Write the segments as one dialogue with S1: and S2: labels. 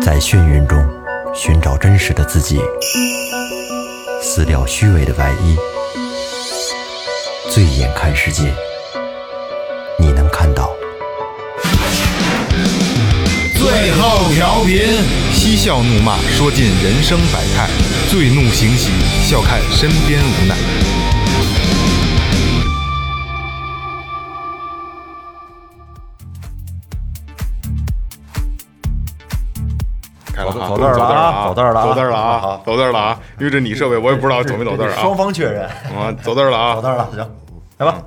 S1: 在眩晕中寻找真实的自己，撕掉虚伪的外衣，醉眼看世界，你能看到。
S2: 最后调频，
S3: 嬉笑怒骂，说尽人生百态；醉怒行喜，笑看身边无奈。开了啊，
S2: 走字儿了啊
S3: 走字儿
S2: 走
S3: 走
S2: 字
S3: 字
S2: 儿了
S3: 儿了
S2: 啊
S3: 啊，走字儿了啊！因为这你设备，我也不知道走没走字儿啊。
S1: 双方确认，
S3: 啊，走字儿了啊
S1: 到！这儿了，行，来吧。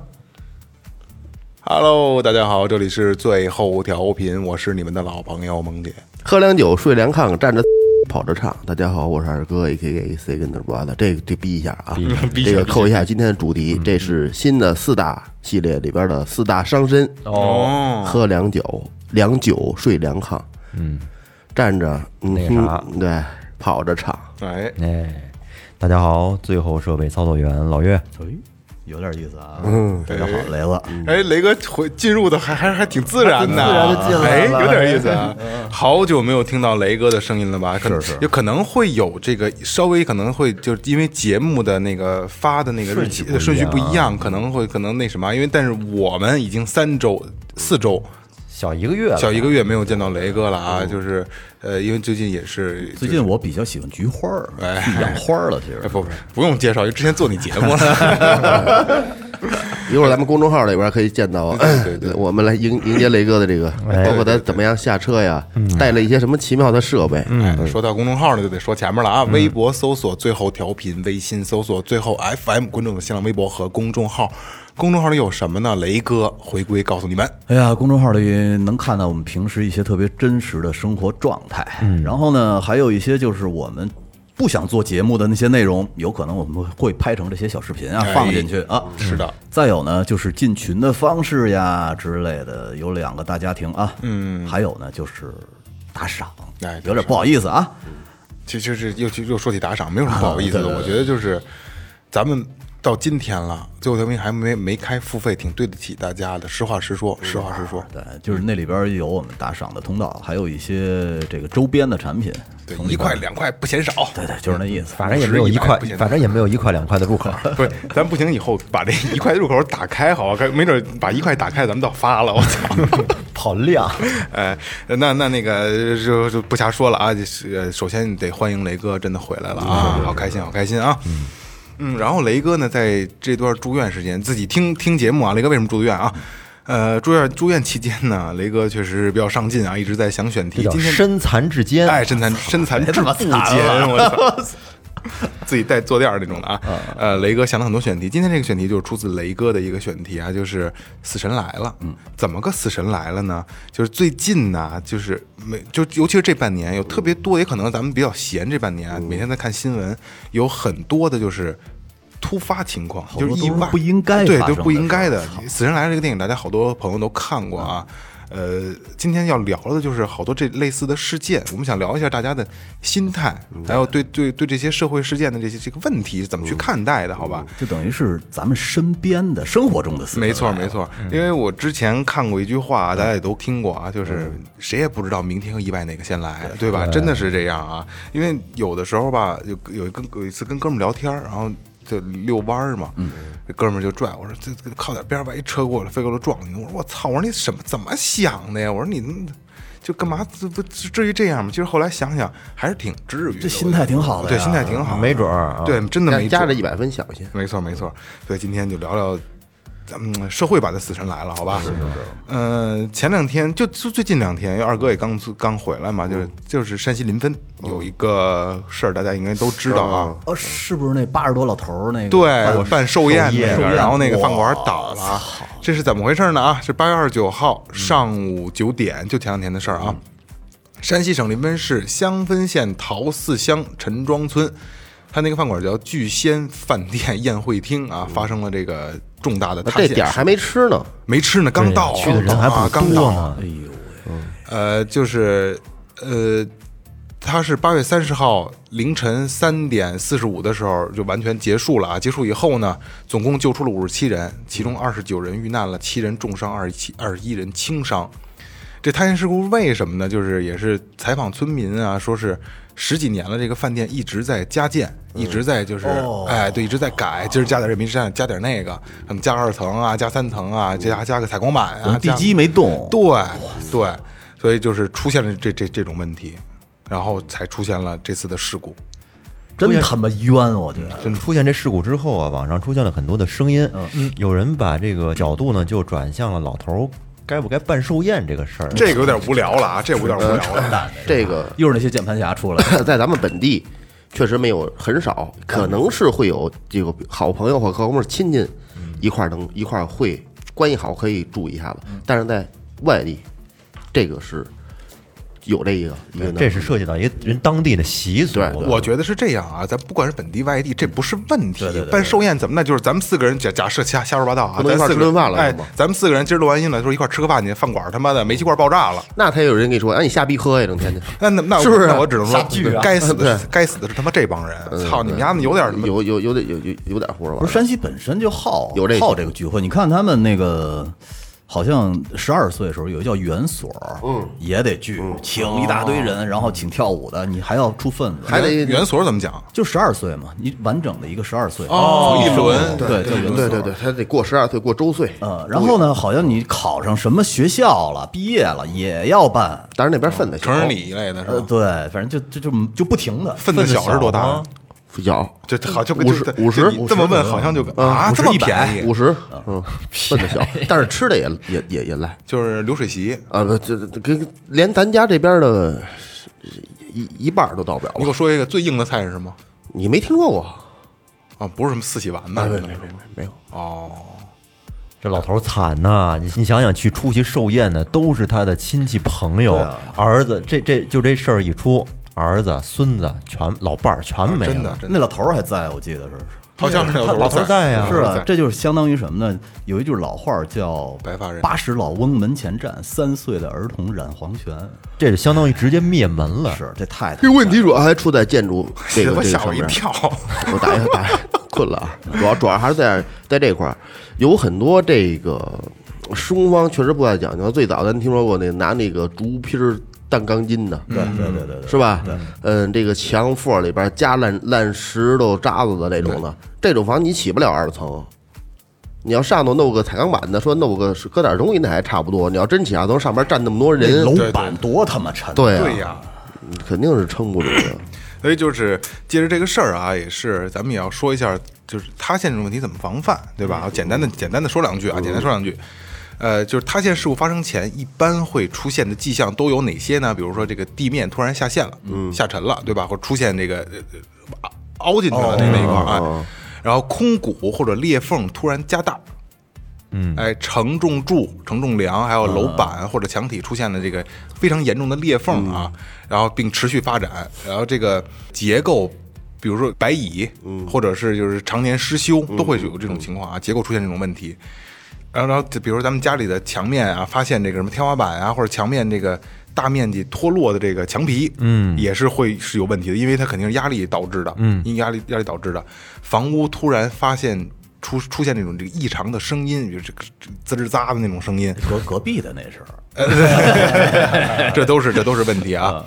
S3: Hello，大家好，这里是最后调频，我是你们的老朋友萌姐。
S4: 喝凉酒，睡凉炕，站着 跑着唱。大家好，我是二哥，A K A Second Brother。这个得逼一下啊，
S3: 逼一下逼
S4: 这个
S3: 一下嗯
S4: 扣一下今天的主题，这是新的四大系列里边的四大伤身：
S3: 哦，
S4: 喝凉酒、凉酒睡凉炕，嗯，站着，嗯
S2: 那个
S4: 哼
S2: 啥
S4: 对，跑着唱。
S3: 哎，
S2: 哎，大家好，最后设备操作员老岳，
S1: 有点意思啊，嗯，大家好，雷子，
S3: 哎，雷哥回进入的还还还挺自然的，
S1: 自然地进来
S3: 哎，
S1: 了
S3: 有点意思啊。好久没有听到雷哥的声音了吧？可能
S1: 是是
S3: 有可能会有这个稍微可能会就是因为节目的那个发的那个日期
S1: 顺序不一样
S3: 顺序不一样，可能会可能那什么，因为但是我们已经三周四周
S2: 小一个月了，
S3: 小一个月没有见到雷哥了啊，就是呃，因为最近也是
S5: 嗯
S3: 哎
S5: 最近我比较喜欢菊花儿，去养花儿了。其实
S3: 哎，不不不用介绍，因为之前做你节目了。
S4: 一会儿咱们公众号里边可以见到，
S3: 对 对哎
S4: 我们来迎迎接雷哥的 这个，包括他怎么样下车呀，带了一些什么奇妙的设备，
S3: 哎
S5: 嗯
S3: 说到公众号呢，就得说前面了啊。微博搜索最后调频，微信搜索最后 FM，关注我们新浪微博和公众号。公众号里有什么呢？雷哥回归告诉你们。
S5: 哎呀，公众号里能看到我们平时一些特别真实的生活状态，
S3: 嗯
S5: 然后呢，还有一些就是我们不想做节目的那些内容，有可能我们会拍成这些小视频啊
S3: 哎，
S5: 放进去啊。
S3: 是的，
S5: 再有呢，就是进群的方式呀之类的，有两个大家庭啊，嗯，还有呢就是打赏
S3: 哎，
S5: 有点不好意思啊，
S3: 其实是又又说起打赏，没有什么不好意思的。我觉得就是咱们到今天了，最后调频还没没开付费，挺对得起大家的。实话实说，实话实说。
S5: 对，就是那里边有我们打赏的通道，还有一些这个周边的产品，
S3: 对，
S5: 从里
S3: 一
S5: 边
S3: 块两块不嫌少。
S5: 对对，就是那意思。
S2: 反正也没有一块
S3: 五十一百不行，
S2: 反正也没有一块两块的入口。
S3: 不是，咱不行，以后把这一块入口打开，好吧？开没准把一块打开，咱们倒发了。我 操！
S2: 跑量，
S3: 哎，那那那个就就不瞎说了啊。就是呃首先得欢迎雷哥真的回来了啊，好开心，好开心啊。嗯，然后雷哥呢，在这段住院时间，自己听听节目啊。雷哥为什么住院啊？呃，住院住院期间呢，雷哥确实比较上进啊，一直在想选
S2: 这
S3: 题。
S2: 叫
S3: 今天
S2: 身残志坚。
S3: 哎，身残身残志不坚，我操！自己带坐垫儿那种的啊，
S5: 嗯
S3: 呃，雷哥想了很多选题，今天这个选题就是出自雷哥的一个选题啊，就是死神来了。嗯，怎么个死神来了呢？就是最近呢、就是每就尤其是这半年，有特别多，也可能咱们比较闲，这半年、啊、每天在看新闻，有很多的就是突发情况，
S5: 多
S3: 就是意
S5: 都是
S3: 外，
S5: 不应该
S3: 对，
S5: 发
S3: 都
S5: 生
S3: 不
S5: 的
S3: 应
S5: 事
S3: 该
S5: 儿
S3: 的。死神来了这个电影，大家好多朋友都看过啊。呃，今天要聊的就是好多这类似的事件，我们想聊一下大家的心态，还有对对对这些社会事件的这些这个问题是怎么去看待的，好吧？
S5: 就等于是咱们身边的生活中的嗯死。
S3: 没错，没错。因为我之前看过一句话
S5: 嗯
S3: 啊，大家也都听过啊，就是谁也不知道明天和意外哪个先来，对
S5: 嗯
S3: 吧？真的是这样啊。因为有的时候吧，有有一跟有一次跟哥们儿聊天儿，然后就遛弯儿嘛，
S5: 嗯
S3: 这哥们儿就拽我说：“这这靠点边儿吧，一车过来，飞过来撞你。”我说：“我操！”我说你什么怎么想的呀？我说你。就干嘛这不至于这样吗？其实后来想想还是挺治愈的，
S5: 这心态挺好的呀
S3: 对，心态挺好的，
S2: 没准儿啊
S3: 对，真的没准儿
S4: 加加着一百分享先。
S3: 没错没错，所以今天就聊聊咱们社会版的《死神来了》，好吧？是是是。呃，前两天就就最近两天，因为二哥也刚刚回来嘛，就是就是山西临汾有一个事儿，大家应该都知道啊。
S5: 哦，是不是那八十多老头儿那个？
S3: 对，办寿宴那
S5: 哎寿
S3: 个，
S5: 宴
S3: 然后那个饭馆倒了，啊这是怎么回事呢？啊，是八月二十九号上午九点，就前两天的事儿啊。山西省临汾市香分县陶寺乡陈庄村，它那个饭馆叫聚仙饭店宴会厅啊，发生了这个重大的
S4: 那
S3: 塌陷
S4: 这
S3: 事
S4: 点儿还没吃呢，
S3: 没吃呢，刚到啊，
S2: 去的人还不
S3: 刚到
S2: 多
S3: 啊
S2: 呢。
S3: 呃，就是呃，它是八月三十号凌晨三点四十五的时候就完全结束了啊。结束以后呢，总共救出了五十七人，其中二十九人遇难了，七人重伤，二十七二十一人轻伤。这这塌陷事故为什么呢？就是也是采访村民啊，说是十几年了，这个饭店一直在加建，一直在就是、
S5: 嗯哦
S3: 哎，对，一直在改，今儿加点这明山，加点那个，什么加二层啊，加三层啊，加加个采光板啊，
S5: 地
S3: 加
S5: 基没动，
S3: 对对，所以就是出现了这这这种问题，然后才出现了这次的事故。
S5: 真他妈冤，啊我觉得。
S2: 出现这事故之后啊，网上出现了很多的声音，
S3: 嗯
S2: 有人把这个角度呢就转向了老头儿该不该办寿宴这个事儿。
S3: 这个有点无聊了啊，这个有点无聊了。
S4: 这个
S5: 又是那些键盘侠出来，
S4: 在咱们本地确实没有很少，可能是会有这个好朋友或哥们儿亲戚一块儿能一块儿会关系好可以住一下子，但是在外地这个是有这一个一个
S2: 这是涉及到一个人当地的习俗。
S4: 对
S3: 我觉得是这样啊，咱不管是本地外地，这不是问题。办寿宴怎么呢？就是咱们四个人假假设瞎瞎说八道啊，
S4: 不
S3: 咱
S4: 能一块儿
S3: 四个
S4: 吃顿饭了
S3: 哎
S4: 是吗，
S3: 咱们四个人今儿录完音了，说一块儿吃个饭去，饭馆他妈的煤气罐爆炸了。
S4: 那他有人跟你说，哎，你瞎逼喝呀，整天的。
S3: 那那那
S4: 是不是
S3: 那我只能说
S5: 傻剧啊，
S3: 该死的是该死的是他妈这帮人！操你们家有点什么？
S4: 有有有点有有有点胡说八道
S5: 不是。山西本身就好啊
S4: 有这些
S5: 好这个聚会。你看他们那个，好像十二岁的时候有一叫园所，嗯，也得聚，请一大堆
S3: 哦
S5: 人，然后请跳舞的，你还要出份子，
S4: 还得
S3: 园所怎么讲？
S5: 就十二岁嘛，你完整的一个十二岁
S3: 哦一轮
S5: 对，叫园
S4: 对
S5: 所。
S4: 对对，他得过十二岁，过周岁。
S5: 嗯，然后呢，好像你考上什么学校了，毕业了也要办。
S4: 当然那边份子小
S3: 成人礼一类的是
S5: 呃，
S3: 吧？
S5: 对，反正就就就就不停的
S3: 哦份子小是多大？
S4: 小，
S3: 就好就
S4: 50
S3: 就就
S4: 50
S3: 你这么问好像就啊
S5: 50
S3: 这么
S5: 100
S3: 便宜，
S4: 五十，嗯，份子小，但是吃的也也也也赖
S3: 就是流水席。
S4: 啊，不，这这跟连咱家这边的一一半儿都到不了
S3: 你给
S4: 了。
S3: 我说一个最硬的菜是什么？
S4: 你没听说过？
S3: 啊，不是什么四喜丸子，
S4: 哎没没没没有。
S3: 哦，
S2: 这老头儿惨呐、你你想想，去出席寿宴的都是他的亲戚朋友、儿子，这这就这事儿一出，儿子、孙子全老伴儿全没了。
S3: 真的真的，
S5: 那老头儿还在，我记得是。
S3: 好像是
S2: 他
S3: 老
S2: 老头儿在呀
S3: 老头
S5: 是
S3: 儿
S5: 啊
S3: 在，
S5: 这就是相当于什么呢？有一句老话儿叫“
S3: 白发人
S5: 八十老翁门前站，三岁的儿童染黄泉
S3: 啊
S2: 这就相当于直接灭门”了。
S5: 是。这太太
S4: 这问题主要还出在建筑这个
S3: 我
S4: 这
S3: 吓
S4: 个
S3: 我
S4: 上
S3: 一
S4: 面。
S3: 跳。
S4: 我打一打一困了啊，主要主要还是在在这块儿，有很多这个施工方确实不太讲究。最早咱听说过那拿那个竹皮儿弹钢筋的，对
S5: 对对对对，
S4: 是吧？嗯，这个墙缝里边加烂烂石头渣子的这种的，这种房你起不了二层。你要上头弄个采钢板的，说弄个搁点东西那还差不多。你要真起二层，上边站那么多
S5: 那
S4: 人，
S5: 楼板多他妈沉，
S4: 对
S3: 对
S4: 啊，
S3: 呀，
S4: 肯定是撑不住的。
S3: 所以就是借着这个事儿啊，也是咱们也要说一下，就是塌陷这种问题怎么防范，对吧？简
S4: 嗯
S3: 单的简单的说两句啊，简单说两句。呃，就是塌陷事故发生前，一般会出现的迹象都有哪些呢？比如说这个地面突然下陷了，嗯，下沉了，对吧？或者出现这个呃凹进去
S4: 哦
S3: 了那那一块儿啊，然后空鼓或者裂缝突然加大，哎，承重柱、承重梁，还有楼板或者墙体出现了这个非常严重的裂缝啊，然后并持续发展，然后这个结构，比如说白蚁，或者是就是常年失修，都会有这种情况啊，结构出现这种问题。然后，然后就比如咱们家里的墙面啊，发现这个什么天花板啊，或者墙面这个大面积脱落的这个墙皮，嗯，也是会是有问题的，因为它肯定是压力导致的，嗯，因为压力压力导致的。房屋突然发现出出现这种这个异常的声音，比如这个这个滋吱喳的那种声音，
S5: 隔隔壁的那是，
S3: 这都是这都是问题哎啊。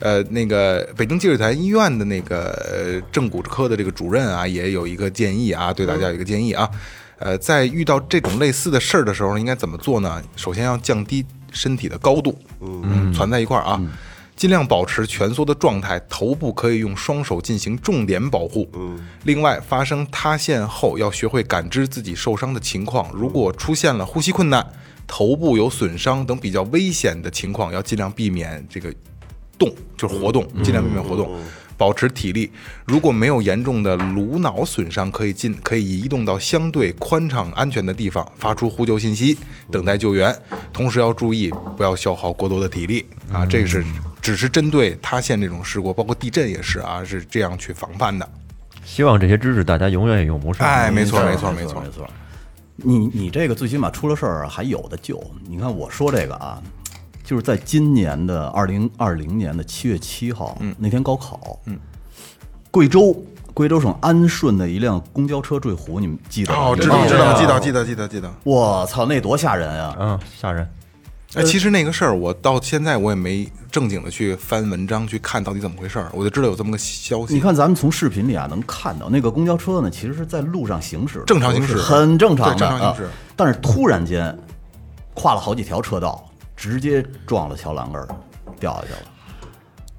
S3: 呃，那个北京积水潭医院的那个呃正骨科的这个主任啊，也有一个建议啊，对大家有一个建议啊。呃，在遇到这种类似的事儿的时候，应该怎么做呢？首先要降低身体的高度，嗯，攒在一块儿啊，尽量保持蜷缩的状态，头部可以用双手进行重点保护。嗯，另外，发生塌陷后要学会感知自己受伤的情况，如果出现了呼吸困难、头部有损伤等比较危险的情况，要尽量避免这个动，就是活动，尽量避免活动，保持体力。如果没有严重的颅脑损伤，可以进可以移动到相对宽敞安全的地方，发出呼救信息，等待救援。同时要注意不要消耗过多的体力啊，这是只是针对塌陷这种事故，包括地震也是啊，是这样去防范的。
S2: 希望这些知识大家永远也用不上。
S3: 哎，没错，
S5: 没
S3: 没错，
S5: 没
S3: 错
S5: 没。错。你你这个最起码出了事儿还有的救。你看我说这个啊，就是在今年的二零二零年的七月七号，那天高考，嗯，贵州贵州省安顺的一辆公交车坠湖，你们记得吗？
S3: 哦，知
S5: 你
S3: 道，
S5: 们
S3: 知道，记得，记得，记得，记得。
S5: 我操，那多吓人啊！
S2: 嗯，吓人。
S3: 哎，其实那个事儿，我到现在我也没正经的去翻文章去看到底怎么回事儿，我就知道有这么个消息。
S5: 你，看，咱们从视频里啊能看到，那个公交车呢，其实是在路上行驶的，
S3: 正常行驶
S5: 是很正常的，
S3: 对正常行驶
S5: 啊但是突然间，跨了好几条车道，直接撞了桥栏杆儿，掉下去了，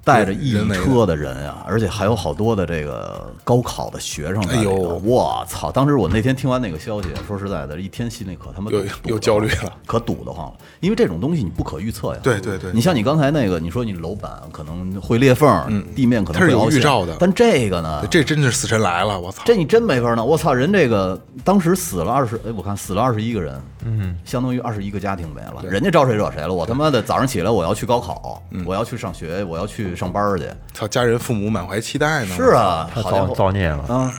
S5: 带着一
S3: 人为的
S5: 车的人啊，而且还有好多的这个高考的学生在
S3: 哎
S5: 里头。
S3: 呦
S5: 我操！当时我那天听完那个消息，说实在的，一天心里可他妈
S3: 又
S5: 堵得
S3: 又
S5: 慌
S3: 焦虑了，
S5: 可堵得慌了，因为这种东西你不可预测呀。
S3: 对对对
S5: 你像你刚才那个，你说你楼板可能会裂缝，地面可
S3: 嗯
S5: 能
S3: 它是
S5: 会
S3: 有
S5: 凹陷
S3: 预兆的
S5: 但这个呢，
S3: 这真是死神来了，我操！
S5: 这你真没法弄。我操，人这个当时死了二十，哎，我看死了二十一个人，嗯，相当于二十一个家庭没了。人家招谁惹谁了？我他妈的早上起来我要去高考，我要去上学，我要去上班去。
S3: 操，家人父母满怀期待呢。
S5: 是，啊，
S2: 太
S5: 好家
S2: 造
S5: 伙
S2: 造孽了，
S5: 啊！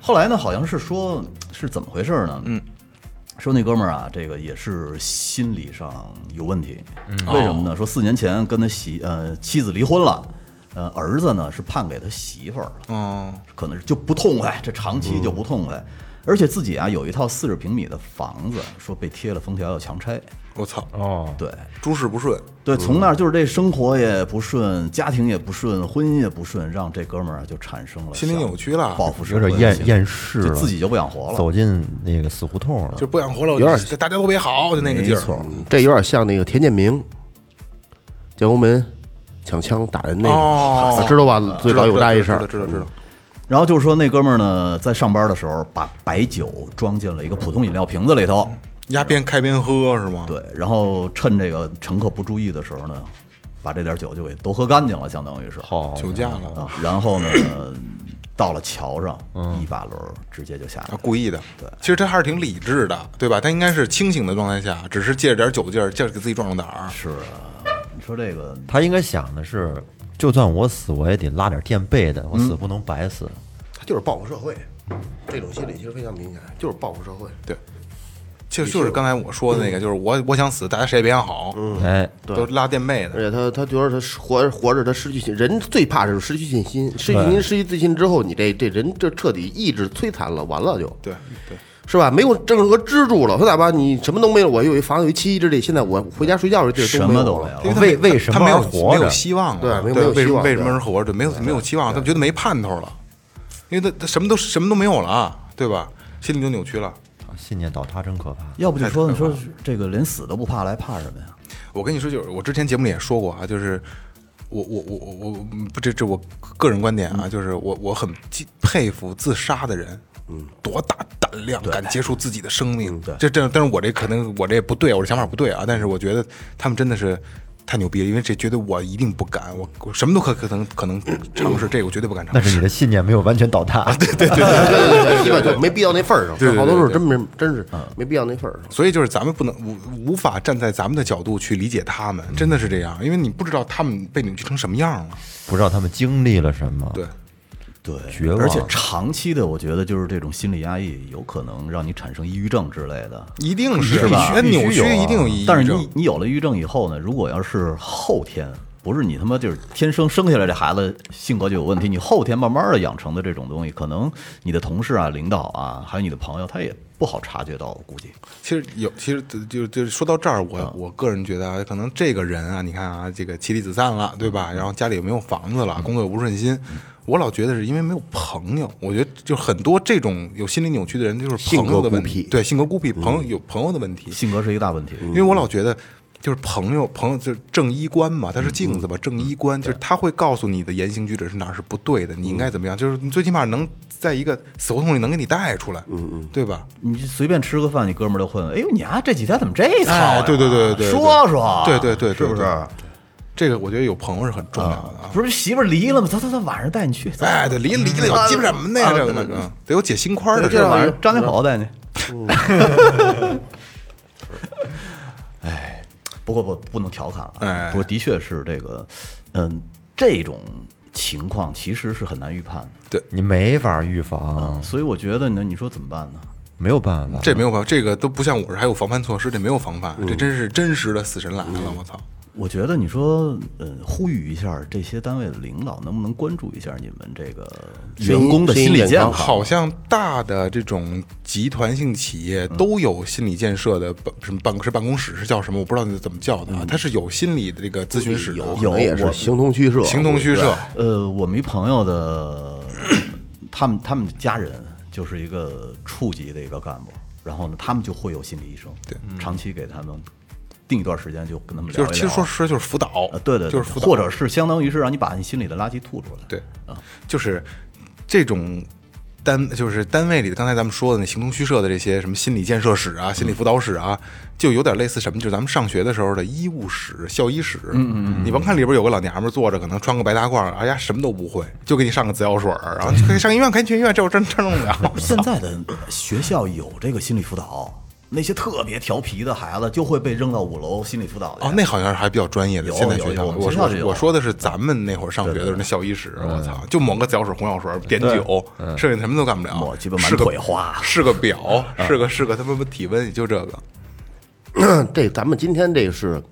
S5: 后来呢，好像是说是怎么回事呢？嗯，说那哥们儿啊，这个也是心理上有问题。为什么呢？说四年前跟他媳呃妻子离婚了，呃儿子呢是判给他媳妇儿了。
S3: 嗯，
S5: 可能是就不痛快，这长期就不痛快，而且自己啊有一套四十平米的房子，说被贴了封条要强拆，
S3: 我操，
S2: 哦，
S5: 对
S3: 诸事不顺，
S5: 对，从那儿就是这生活也不顺，家庭也不顺，婚姻也不顺，让这哥们儿就产生了
S3: 心灵
S5: 想
S3: 扭曲了
S5: 报复社
S2: 有
S5: 会的
S2: 点
S5: 心理，
S2: 厌厌世
S5: 就
S2: 了，
S5: 自己就不想活了。
S2: 走进那个死胡同了
S3: 就。不想活了，
S4: 有点
S3: 大家都别好，就那个劲
S5: 没错
S3: 儿。
S4: 嗯这有点像那个田建明，建国门抢枪打人那个，啊
S3: 哦
S4: 知道吧？最早有大一事
S3: 知道
S4: 儿，嗯
S3: 知道知道。
S5: 然后就是说那哥们儿呢，在上班的时候把白酒装进了一个普通饮料瓶子里头，
S3: 压边开边喝是吗？，
S5: 对，然后趁这个乘客不注意的时候呢，把这点酒就给都喝干净了，相当于是。
S2: 好，
S3: 酒驾了，
S5: 啊，然后呢，到了桥上，
S2: 嗯
S5: 一把轮儿直接就下来
S3: 啊
S5: 了，，
S3: 故意的。对，其实他还是挺理智的，对吧？他应该是清醒的状态下，只是借着点酒劲儿，劲儿给自己壮壮胆儿。
S5: 是啊，你说这个
S2: 他应该想的是，就算我死，我也得拉点垫背的，我死不能白死。
S4: 他就是报复社会，这种心理其实非常明显，就是报复社会。
S3: 对，就就是刚才我说的那个，就是我我想死，大家谁也别想好，
S4: 嗯
S2: 哎，
S3: 都拉垫背
S4: 而
S3: 的。
S4: 且他他觉得他是活着活着，他失去信人最怕是失去信心，失去信心失去自信之后，你这这人这彻底意志摧残了，完了就
S3: 对对，
S4: 是吧？没有任何支柱了，他哪怕你什么都没有，我有一房有一妻一之地，现在我回家睡觉这地儿
S5: 什么都
S4: 没
S5: 没
S4: 了
S5: 有。
S3: 因
S5: 了，
S3: 他
S2: 为为什么
S3: 他没有
S2: 而活
S3: 没有
S2: 着？
S3: 希望了？
S4: 对没有没有
S3: 为什
S4: 希
S3: 么
S4: 望
S3: 为什么
S4: 对
S3: 而活着？没有没有希望，他们觉得没盼头了，因为他他什么都什么都没有了啊，对吧？心里就扭曲了。
S2: 信念倒塌真可怕。
S5: 要不就说你说这个连死都不怕，来怕什么呀？
S3: 我跟你说，就是我之前节目里也说过啊，就是我我我我我不这这我个人观点
S2: 嗯
S3: 啊，就是我我很敬佩服自杀的人，嗯，多大胆量敢结束自己的生
S2: 嗯
S3: 命，
S5: 对
S3: 这这但是我这可能我这也不对，我这想法不对啊，但是我觉得他们真的是。太牛逼了，因为这绝对我一定不敢，我我什么都可可能可能尝试，这个我绝对不敢尝
S2: 但
S3: 试
S2: 是。你的信念没有完全倒塌。对对对，
S4: 对对对对对对，没必要那份儿上，
S3: 对对对
S4: 好多时候真没真是
S5: 嗯
S4: 没必要那份儿上。
S3: 所以就是咱们不能无无法站在咱们的角度去理解他
S2: 嗯
S3: 们，真的是这样，因为你不知道他们被扭曲成什么样了。
S2: 不知道他们经历了什么。
S3: 对，
S5: 对，
S2: 绝望
S5: 而且长期的，我觉得就是这种心理压抑，有可能让你产生抑郁症之类的。
S3: 一定是
S5: 吧
S3: 必须扭
S2: 必须有
S3: 曲
S2: 啊
S3: 一定有抑郁症，
S5: 但是你你有了抑郁症以后呢，如果要是后天，不是你他妈就是天生生下来这孩子性格就有问题，你后天慢慢的养成的这种东西，可能你的同事啊、领导啊，还有你的朋友，他也不好察觉到，我估计。
S3: 其实有，其实就就就是说到这儿，我、我个人觉得啊，可能这个人啊，你看啊，这个妻离子散了，对吧？然后家里也没有房子了，工作也不顺心。我老觉得是因为没有朋友，我觉得就很多这种有心理扭曲的人，就是朋友的问
S4: 性格孤
S3: 题
S4: 僻，
S3: 对性格孤僻，嗯朋友有朋友的问题。
S5: 性格是一个大问题。
S3: 因为我老觉得，就是朋友，朋友就是正衣冠嘛，他是
S5: 嗯
S3: 镜子嘛，正衣冠就是他会告诉你的言行举止是哪儿是不对的，你
S5: 嗯
S3: 应该怎么样，就是你最起码能在一个死胡同里能给你带出来，嗯嗯，对吧？
S5: 你随便吃个饭，你哥们儿都混。哎呦，你啊，这几天怎么这操、
S3: 哎
S5: 呀？
S3: 对对对对对
S5: 说说，
S3: 对对对对
S5: 啊是不是？
S3: 对这个我觉得有朋友是很重要的啊。
S5: 不是媳妇儿离了吗？走走走，晚上带你去。走
S3: 哎，对，离离了有基本什么
S5: 啊
S3: 呀？这个那个得有解心宽的
S5: 这
S3: 事儿
S5: 晚上张家口带你。 哎，不过不不能调侃了。
S3: 哎
S5: 不过的确是这个，嗯，这种情况其实是很难预判的。
S2: 你没法预防，
S5: 所以我觉得呢，你说怎么办呢？
S2: 没有办法。
S5: 嗯
S3: 这没有办法，这个都不像我这还有防范措施，这没有防范，这真是真实的死神来了，我操！
S5: 我觉得你说，呃，呼吁一下这些单位的领导，能不能关注一下你们这个
S4: 身
S5: 员工的
S4: 身
S5: 心
S4: 心
S5: 理
S4: 健
S5: 健
S4: 康
S5: 康？
S3: 好像大的这种集团性企业都有心理建设的办什么办是办公室是叫什么？我不知道你怎么叫的啊，它是有心理的这个咨询室的，
S4: 有可
S5: 有
S4: 能也是
S5: 我
S4: 形同虚设，
S3: 形同虚设。
S5: 呃，我们一朋友的， 他们他们的家人就是一个处级的一个干部，然后呢，他们就会有心理医生，对，长期给他们定一段时间，就跟他们聊
S3: 就
S5: 一
S3: 是其
S5: 聊。
S3: 实说实就是辅导
S5: 呃，，对对，对
S3: 就是辅导，
S5: 或者是相当于是让你把你心里的垃圾吐出来。
S3: 对，就是这种单就是单位里的，刚才咱们说的那形同虚设的这些什么心理建设室啊、心理辅导室啊，就有点类似什么，就是咱们上学的时候的医务室、校医室。嗯嗯你甭看里边有个老娘们儿坐着，可能穿个白大褂儿，哎呀什么都不会，就给你上个紫药水儿，然后就可以上医院，赶紧去医院，这我真真弄不了。
S5: 现在的学校有这个心理辅导，那些特别调皮的孩子就会被扔到五楼心理辅导去。
S3: 哦，那好像还比较专业的。
S5: 有
S3: 现在
S5: 有
S3: 学校，
S5: 有
S3: 我
S5: 学校
S3: 说
S5: 是有啊
S3: 我说的是咱们那会儿上学的时候那校医室，
S5: 嗯
S3: 我操，就抹个紫药水、红药水，点酒，剩下什么都干不了。
S5: 抹鸡巴满
S3: 是个
S5: 腿花 嗯
S3: 是个表， 是个是个他妈体温，也就这个。
S4: 这咱们今天这是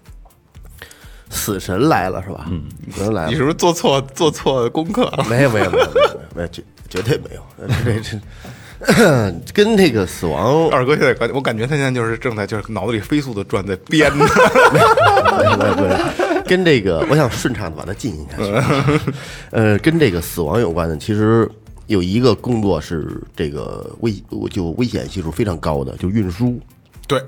S4: 死神来了是吧？嗯，死神来
S3: 你
S4: 了
S3: 是，不是做错做错功课了？
S4: 没有没有没有没有没有，绝绝对没有， 这这跟那个死亡
S3: 二哥现在感，我感觉他现在就是正在就是脑子里飞速的 转，在编呢。
S4: 没有没有跟这个我想顺畅的把它进行下去。呃，跟这个死亡有关的，其实有一个工作是这个危就危险系数非常高的，就运输。
S3: 对，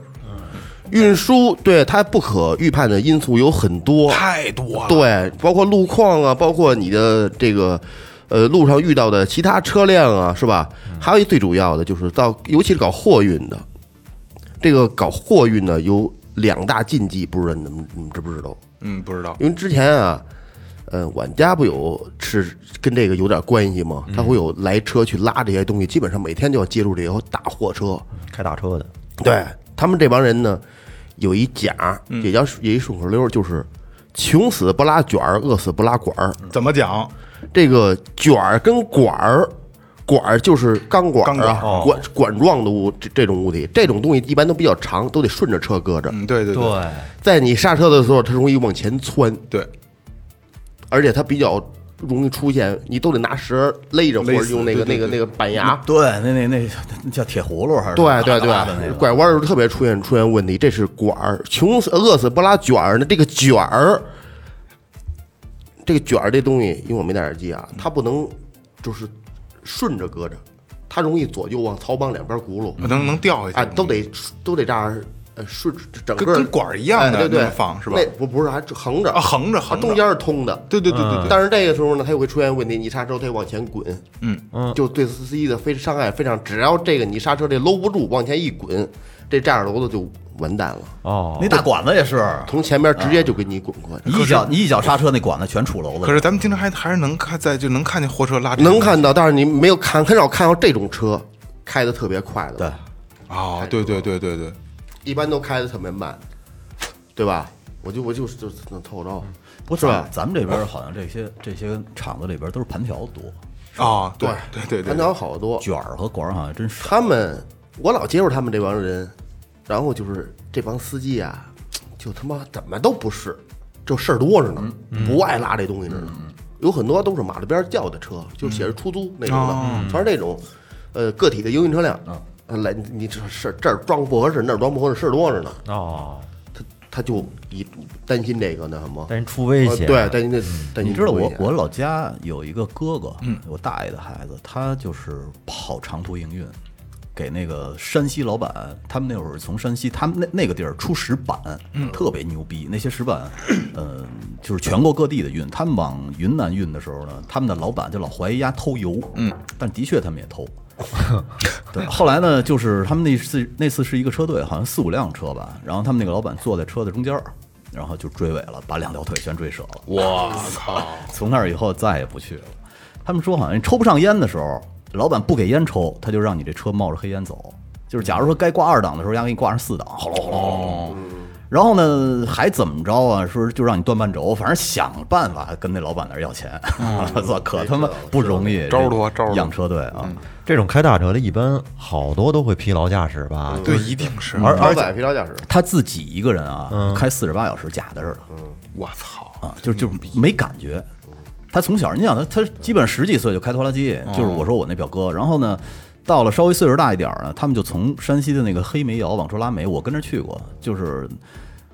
S4: 运输对它不可预判的因素有很多，
S3: 太多了。
S4: 对，包括路况啊，包括你的这个呃路上遇到的其他车辆啊，是吧？还有一最主要的就是到，尤其是搞货运的，这个搞货运呢有两大禁忌，不知道你们你们知不知道？
S3: 嗯，不知道。
S4: 因为之前啊，呃，阮家不有是跟这个有点关系吗？他会有来车去拉这些东西，基本上每天就要接触这些大货车。
S2: 开大车的，
S4: 对他们这帮人呢，有一甲，
S3: 嗯
S4: 也叫也一顺口溜，就是穷死不拉卷儿，饿死不拉管儿。
S3: 怎么讲？
S4: 这个卷儿跟管儿，管儿就是钢管
S3: 钢
S4: 儿
S3: 管哦
S4: 啊，管管状的物这这种物体，这种东西一般都比较长，都得顺着车搁着。
S3: 嗯，对对对
S2: 对，
S4: 在你刹车的时候，它容易往前窜，
S3: 对，
S4: 而且它比较容易出现，你都得拿绳勒着，或
S3: 勒
S4: 者
S3: 死
S4: 用那个
S3: 对对
S4: 那
S3: 嗯
S4: 个那个板牙。
S5: 对，那那那那叫铁葫芦还是
S4: 对对
S5: 嘎啦的那
S4: 对，
S5: 个
S4: 拐弯的时候特别出现出现问题，这是管儿，穷死饿死不拉卷儿呢。这个卷儿，这个卷儿这东西，因为我没戴耳机
S3: 嗯
S4: 啊，它不能就是顺着搁着，它容易左右往槽帮两边轱辘，
S3: 能能掉下嗯
S4: 哎，
S3: 去吗。
S4: 都得都得这样，呃，顺整个
S3: 跟跟管儿一样的
S4: 哎对
S3: 那
S4: 对
S3: 么，放是吧
S4: 那不不是，还横着
S3: 啊横着
S4: 它
S3: 横着
S4: 中间是通的，
S3: 对对对对对。
S4: 但是这个时候呢，它又会出现问题，你刹车它又往前滚，
S3: 嗯
S4: 嗯，就对司机的非伤害非常，只要这个你刹车这搂不住，往前一滚，这炸油楼子就完蛋了，
S2: 哦，
S5: 那大管子也是，
S4: 从前面直接就给你滚过去。
S5: 你一脚你一脚刹车，那管子全杵楼子。
S3: 可是咱们经常还还是能看在就能看见货车拉这个
S4: 能看到，但是你没有看很少看到这种车开的特别快的，
S5: 对，
S3: 啊，对对对对
S5: 哎
S3: 对，
S4: 一般都开的特别慢，对吧？我就我就是就是能透着，
S3: 嗯
S5: 不
S4: 是
S5: 是啊
S4: 吧？
S5: 咱们这边好像这些这些厂子里边都是盘条多，
S3: 啊，对对对
S4: 盘
S3: 对，
S4: 条好多，
S5: 卷儿和管儿好像真少。
S4: 他们，我老接触他们这帮人，然后就是这帮司机啊，就他妈怎么都不是，这事儿多着呢，不爱拉这东西着呢。有很多都是马路边叫的车，就写着出租那种的，全是那种，呃，个体的营运车辆。呃来，你你这事儿这儿装不合适，那儿装不合适，事儿多着呢，
S2: 哦，
S4: 他他就一担心这个那什么，
S2: 但是出危
S4: 呃
S2: 险，
S4: 对，担心这担心
S5: 你知道
S4: 嗯危
S5: 我
S4: 险嗯
S5: 我老家有一个哥哥，我大爷的孩子，他就是跑长途营运，给那个山西老板，他们那会儿从山西，他们那那个地儿出石板，
S4: 嗯
S5: 特别牛逼。那些石板，呃，就是全国各地的运。他们往云南运的时候呢，他们的老板就老怀疑丫偷油，嗯，但的确他们也偷。 对，后来呢，就是他们那次那次是一个车队，好像四五辆车吧，然后他们那个老板坐在车的中间儿，然后就追尾了，把两条腿全追折了。
S3: 我靠，
S5: 从那儿以后再也不去了。他们说好像抽不上烟的时候，老板不给烟抽，他就让
S3: 哦
S5: 你这车冒着黑烟走。就是假如说该挂二档的时候，人家给你挂上四档，轰隆轰隆轰隆。嗯然后呢，还怎么着啊？说就让你断半轴，反正想办法跟那老板那儿要钱。
S3: 嗯
S5: 我操，可他妈不容易，
S3: 招儿多招儿嗯多
S5: 养车队啊。
S2: 这种开大车的，一般好多都会疲劳驾驶吧？
S4: 嗯
S3: 对，一定是。
S2: 而
S4: 老
S2: 而
S4: 板疲劳驾驶，
S5: 他自己一个人啊，开四十八小时，假的似的
S3: 我操，
S5: 啊，就就没感觉。他从小，你想他，他基本十几岁就开拖拉机，
S3: 嗯
S5: 就是我说我那表哥。然后呢，到了稍微岁数大一点儿呢，他们就从山西的那个黑煤窑往出拉煤，我跟着去过，就是。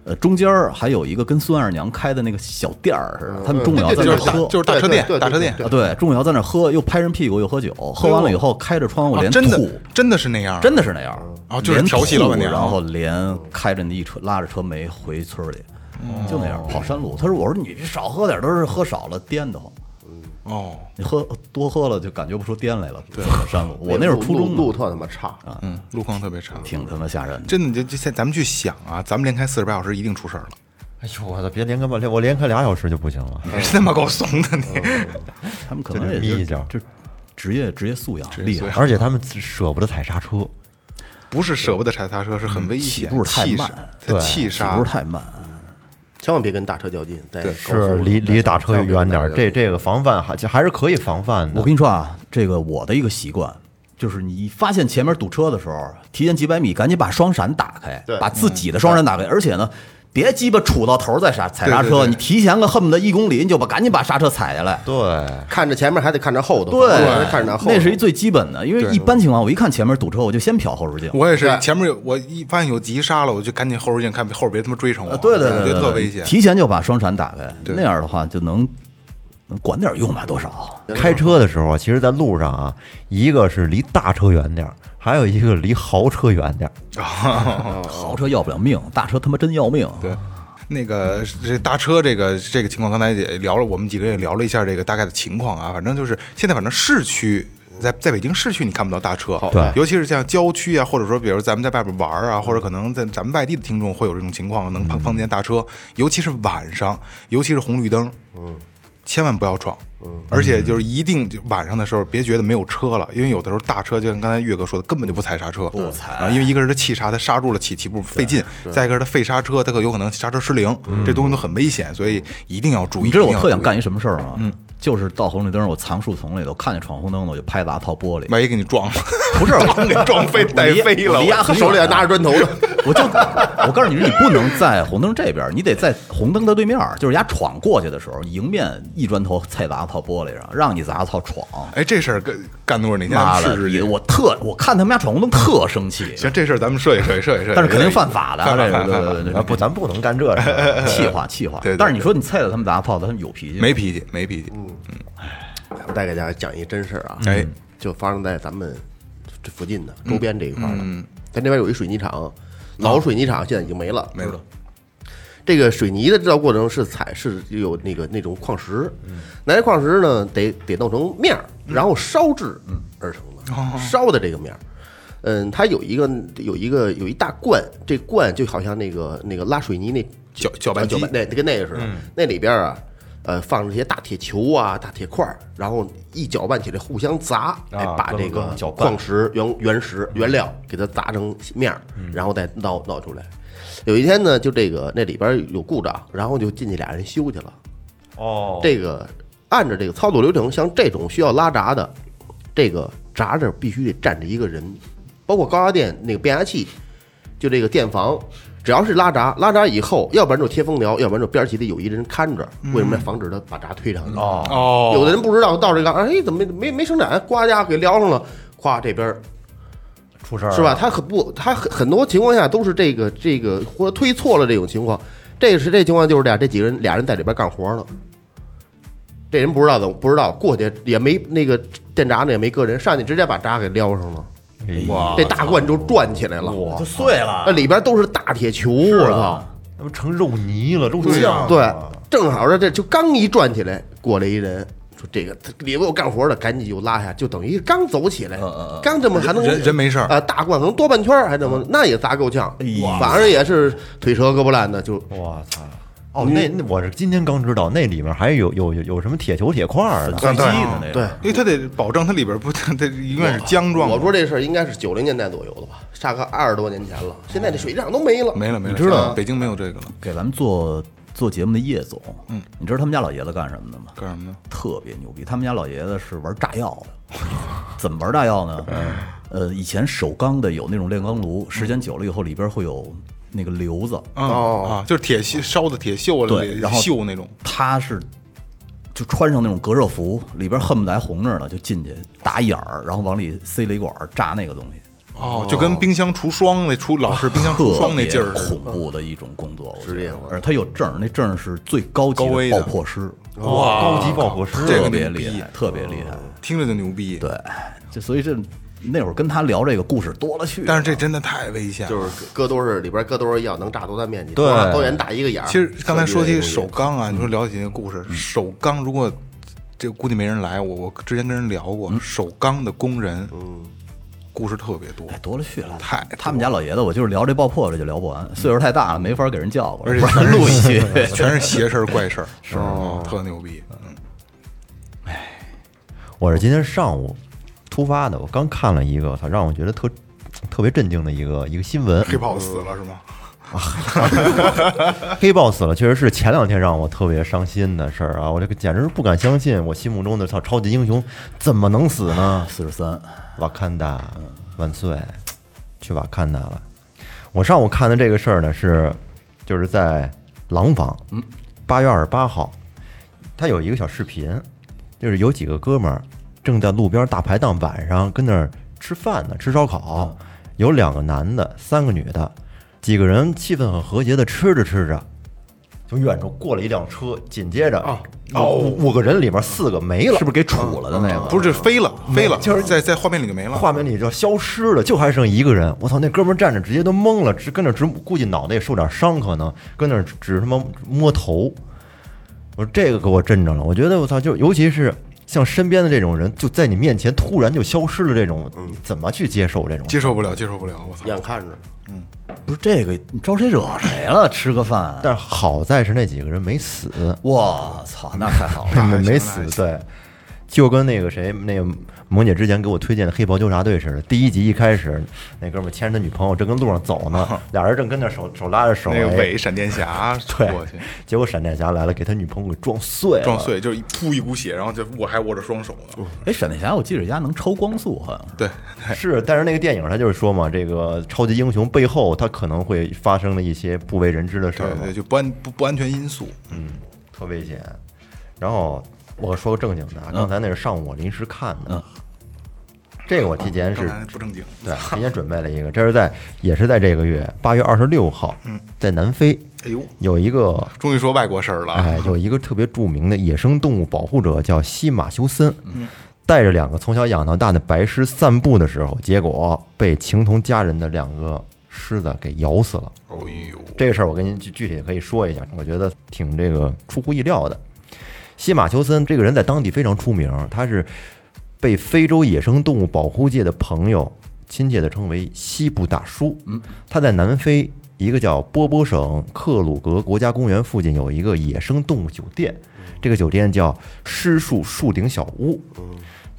S5: 呃，中间儿还有一个跟孙二娘开的那个小店儿似的，他们中午要在
S3: 就
S5: 那儿
S3: 是大
S5: 喝，
S3: 就是大车店
S4: 对，对对
S3: 大车店
S4: 对
S5: 啊，对，中午要在那儿喝，又拍人屁股，又喝酒，喝完了以后开着窗户
S3: 啊
S5: 连
S3: 真的
S5: 吐，
S3: 真的是那样，啊
S5: 真的是那样儿
S3: 哦就是
S5: 连
S3: 调戏
S5: 吐
S3: 老板娘
S5: 然后连开着那一车拉着车煤回村儿里，
S3: 哦
S5: 就那样儿跑山路。他说：“我说你少喝点儿，都是喝少了颠得慌，
S3: 哦。
S5: 你喝多喝了就感觉不出颠来了。”对，山路，我那会儿
S4: 路
S5: 初中
S4: 路路
S5: 呢
S4: 特他妈差，
S3: 嗯，路况特别差，
S5: 挺他妈吓人的。
S3: 真的就就现咱们去想啊，咱们连开四十八小时一定出事儿了，
S2: 哎呦我操，别连开吧，连我连开俩小时就不行
S4: 嗯
S2: 了。
S3: 真他妈够怂的你。
S5: 嗯他们可能
S2: 这
S5: 也
S2: 得眯一觉
S5: 就就职业职业素养厉害，
S2: 而且他们舍不得踩刹车，
S3: 不是舍不得踩刹车，是很危
S5: 起
S3: 险，
S5: 步太
S3: 气
S5: 慢
S3: 刹，
S2: 对
S3: 气啊
S5: 起
S3: 刹
S5: 步太慢。
S4: 千万别跟大车较劲，在高速
S2: 是
S4: 上
S2: 离离大车
S4: 千万别
S2: 远
S4: 跟
S2: 点
S4: 大
S2: 儿。
S4: 车
S2: 这这个防范还还是可以防范
S5: 我
S2: 的。
S5: 跟你说啊，这个我的一个习惯，就是你发现前面堵车的时候，提前几百米赶紧把双闪打开
S4: 对，
S5: 把自己的双闪打开，而且呢。别鸡巴杵到头儿再刹踩刹
S3: 嗯对
S5: 车，
S3: 对对
S5: 你提前个恨不得一公里，你就把赶紧把刹车踩下来。
S2: 对，
S4: 看着前面还得看着后头，
S5: 对
S4: 还得看着后头，
S5: 那是一最基本的，因为一般情况我一看前面堵车，我就先瞟后视镜。
S3: 我也是
S4: 对，
S3: 前面有我一发现有急刹了，我就赶紧后视镜看后边别他妈追上我，
S5: 呃，对对
S3: 感
S5: 对
S3: 觉
S5: 对，
S3: 特
S5: 对
S3: 危险。
S5: 提前就把双闪打开，
S3: 对
S5: 那样的话就能能管点用吧，多少？
S2: 开车的时候啊，其实，在路上啊，一个是离大车远点儿，还有一个离豪车远点儿。
S3: 哦
S5: 豪车要不了命，大车他妈真要命。
S3: 对，那个这大车这个这个情况，刚才也聊了，我们几个也聊了一下这个大概的情况啊。反正就是现在，反正市区在在北京市区你看不到大车，
S2: 对
S3: 尤其是像郊区啊，或者说比如咱们在外边玩啊，或者可能在咱们外地的听众会有这种情况，能碰碰见大车，尤其是晚上，尤其是红绿灯，嗯。千万不要闯，
S5: 嗯
S3: 而且就是一定就晚上的时候别觉得没有车了，因为有的时候大车就像刚才岳哥说的，根本就不踩刹车，不
S5: 踩
S3: 啊，因为一个是他气刹，他刹住了起起步费劲，再一个是他费刹车，他可有可能刹车失灵，这东西都很危险，所以一定要注意。
S5: 嗯你知道我特
S3: 一定要
S5: 想
S3: 注意
S5: 干一什么事儿吗？嗯，就是到红绿灯，我藏树丛里头，看见闯红灯的，我就拍砸掏玻璃。
S3: 万一给你撞了，
S5: 不是，我
S3: 给撞飞带飞了
S5: 我离，丫很
S4: 手里还
S5: 远啊
S4: 拿着砖头呢。
S5: 我就我告诉你，你不能在红灯这边，你得在红灯的对面，就是丫闯过去的时候，迎面一砖头菜砸到玻璃上，让你砸到闯。
S3: 哎，这事儿干干多少年？
S5: 妈
S3: 咱
S5: 的
S3: 们试，
S5: 也
S3: 试去。
S5: 我特我看他们家闯红灯特生气，
S3: 行，这事儿咱们设计设计设计设计，
S5: 但是肯定犯法的
S3: 犯
S5: 啊，这
S3: 法
S5: 个
S3: 犯
S5: 对
S3: 法
S5: 对
S3: 犯
S5: 对对
S3: 法。
S2: 啊，不，咱不能干这事儿。
S5: 气话气话
S3: 对对，对
S5: 但是你说你菜了他们砸炮，他们有脾气吗
S3: 没脾气，没脾气。
S5: 嗯
S4: 我再给大家讲一真事儿啊，
S3: 哎，
S4: 就发生在咱们这附近的周边这一块儿的。
S3: 嗯
S4: 咱这边有一水泥厂，老水泥厂现在已经没了。
S3: 没了。
S4: 这个水泥的制造过程是采是有那个那种矿石，
S3: 嗯
S4: 拿这矿石呢得得弄成面儿，然后烧制
S3: 嗯
S4: 而成
S3: 哦
S4: 的，烧的这个面儿。嗯，它有一个有一个有一大罐，这罐就好像那个那个拉水泥那
S3: 搅搅拌机
S4: 啊搅拌那跟那个似
S2: 嗯
S4: 的，那里边啊，呃，放着这些大铁球啊、大铁块儿，然后一搅拌起来互相砸，哎，把这
S2: 啊各
S4: 个
S2: 种搅拌
S4: 矿石原原石原料给它砸成面儿，
S2: 嗯
S4: 然后再闹闹出来。有一天呢，就这个那里边有故障，然后就进去俩人修去了。
S2: 哦，
S4: 这个按照这个操作流程，像这种需要拉闸的，这个闸这儿必须得站着一个人，包括高压电那个变压器，就这个电房，只要是拉闸，拉闸以后，要不然就贴封条，要不然就边儿起得有一人看着，
S2: 嗯
S4: 为什么要防止他把闸推上去？哦，
S3: 哦
S4: 有的人不知道到这个，哎，怎么没没没生产？呱家给撩上了，咵这边儿
S2: 出事儿了
S4: 是吧？？他很不，他很很多情况下都是这个这个或者推错了这种情况。这个是这情况就是俩这几个人俩人在里边干活呢，这人不知道怎么不知道过去也没那个电闸呢也没搁人，上去直接把闸给撩上了，
S2: 哇，
S4: 这大罐就转起来了，
S5: 就碎
S4: 那
S3: 啊
S5: 了。
S4: 里边都是大铁球，我操！
S2: 那不成肉泥了，肉酱
S3: 啊
S2: 了。
S4: 对，啊正好这这就刚一转起来，过来一人说这个里边有干活的，赶紧就拉下，就等于刚走起来，刚这么还
S3: 嗯
S4: 能
S3: 人人没事儿
S4: 啊、大罐可能多半圈儿还怎么，那也砸够呛
S5: 哎呀，
S4: 反正也是腿折胳膊烂的，就
S2: 我操，哦，那那我是今天刚知道，那里面还有有有有什么铁球铁块儿的
S5: 最基的那
S4: 对
S5: 个，，
S3: 因为它得保证它里边不， 它它永远是浆状的。
S4: 我说这事儿应该是九零年代左右的吧，大概二十多年前了。现在这水涨都没了，
S3: 没了没了，
S5: 你知道
S3: 啊现在北京没有这个了，
S5: 给咱们做做节目的叶总，嗯，你知道他们家老爷子干什么的吗？
S3: 干什么呢？
S5: 特别牛逼。他们家老爷子是玩炸药的，怎么玩炸药呢？
S3: 嗯
S5: 呃，以前首钢的有那种炼钢炉，时间久了以后里边会有那个瘤子，
S3: 嗯
S4: 哦
S3: 啊，就是铁锈烧的铁锈了，
S5: 对然后
S3: 锈那种。
S5: 他是就穿上那种隔热服，里边恨不得还红着呢，就进去打眼儿，然后往里塞雷管炸那个东西，
S3: 哦，就跟冰箱除霜那出老式冰箱除
S5: 特
S3: 霜那
S5: 别
S3: 劲儿似
S5: 恐
S3: 的。
S5: 怖的一种工作，我
S4: 职
S5: 觉
S4: 业
S5: 得
S4: 活。
S5: 而他有证儿，那证儿是最高级
S3: 高危的
S5: 爆破师，
S2: 哇，高级爆火师，啊
S3: 这
S5: 特
S3: 个
S5: 别
S3: 牛
S5: 厉
S3: 逼哦
S5: 害，特别厉害。
S3: 听着就牛逼。
S5: 对，就所以这那会儿跟他聊这个故事多了去了，
S3: 但是这真的太危险了。
S4: 就是搁多少里边搁多少药，能炸多大面积，
S2: 对
S4: 多大高原打一
S2: 啊
S4: 个眼儿。
S3: 其实刚才说起
S4: 手
S3: 首钢啊，
S2: 嗯
S3: 你说了解那个故事，首钢如果这估计没人来，我我之前跟人聊过，
S2: 嗯
S3: 首钢的工人，故事特别多，
S5: 哎，多了去了。
S3: 太多
S5: 他们家老爷子，我就是聊这爆破这就聊不完，岁数太大了，没法给人叫过来，
S3: 而且
S5: 不然录一期。
S3: 全是邪事儿怪 事儿，是特牛逼。
S2: 啊
S3: 嗯
S2: 我是今天上午突发的，我刚看了一个，他让我觉得特特别震惊的一个一个新闻。
S3: 黑豹死了是吗？
S2: 黑豹死了，确实是前两天让我特别伤心的事儿啊！我这个简直是不敢相信，我心目中的操超级英雄怎么能死呢？
S5: 四十三，
S3: 哎
S2: 瓦坎达万岁，去瓦坎达了。我上午看的这个事儿呢是，就是在廊坊，八月二十八号，他有一个小视频，就是有几个哥们儿正在路边大排档晚上跟那儿吃饭呢，吃烧烤，有两个男的，三个女的，几个人气氛很和谐的吃着吃着。啊从远处过了一辆车，紧接着哦五五个人里面四个没了，
S5: 是不是给杵了的那个？
S3: 嗯不是，这飞了，
S2: 嗯
S3: 飞了，就是在在画面里就没了。
S2: 画面里就消失了，就还剩一个人。我操，那哥们儿站着直接都懵了，直跟那直估计脑袋也受点伤，可能跟那儿只他妈摸头。我说这个给我震着了，我觉得我操，就尤其是像身边的这种人，就在你面前突然就消失了，这种你怎么去接受这种？
S3: 接受不了，接受不了，我操！
S4: 眼看着，
S5: 不是这个，你招谁惹谁了？吃个饭，
S2: 但是好在是那几个人没死，
S5: 我操，那太好
S2: 没
S5: 了。
S3: 还行
S2: 没
S3: 那
S2: 死
S3: 还，行
S2: 对，就跟那个谁，那个萌姐之前给我推荐的《黑袍纠察队》似的。第一集一开始，那哥们儿牵着他女朋友正跟路上走呢，俩人正跟那手手拉着手，
S3: 啊那个
S2: 哎
S3: 尾闪电侠
S2: 对
S3: 过去，
S2: 结果闪电侠来了，给他女朋友给撞碎了，嗯
S3: 撞碎就是一噗一股血，然后就我还握着双手呢。
S5: 哎，闪电侠，我记得人家能超光速，好像是。
S3: 对，
S2: 是，但是那个电影他就是说嘛，这个超级英雄背后他可能会发生的一些不为人知的事儿
S3: 对
S2: 嘛
S3: 对，，就不安不不安全因素。
S2: 特危险。然后我说个正经
S3: 嗯
S2: 的啊，刚才那是上午我临时看的，这个我提前
S3: 刚
S2: 是
S3: 才哎不正经，
S2: 对提前准备了一个，这是在也是在这个月八月二十六号，在南非
S3: 嗯哎呦，
S2: 有一个
S3: 终于说外国事儿了啊。
S2: 哎，有一个特别著名的野生动物保护者叫西马修森，
S3: 嗯
S2: 带着两个从小养到大的白狮散步的时候，结果被情同家人的两个狮子给咬死了。
S3: 哦呦，
S2: 这个事儿我跟您具具体可以说一下，我觉得挺这个出乎意料的。西马修森这个人在当地非常出名，他是被非洲野生动物保护界的朋友亲切地称为“西部大叔”。嗯，他在南非一个叫波波省克鲁格国家公园附近有一个野生动物酒店，这个酒店叫“狮树树顶小屋”。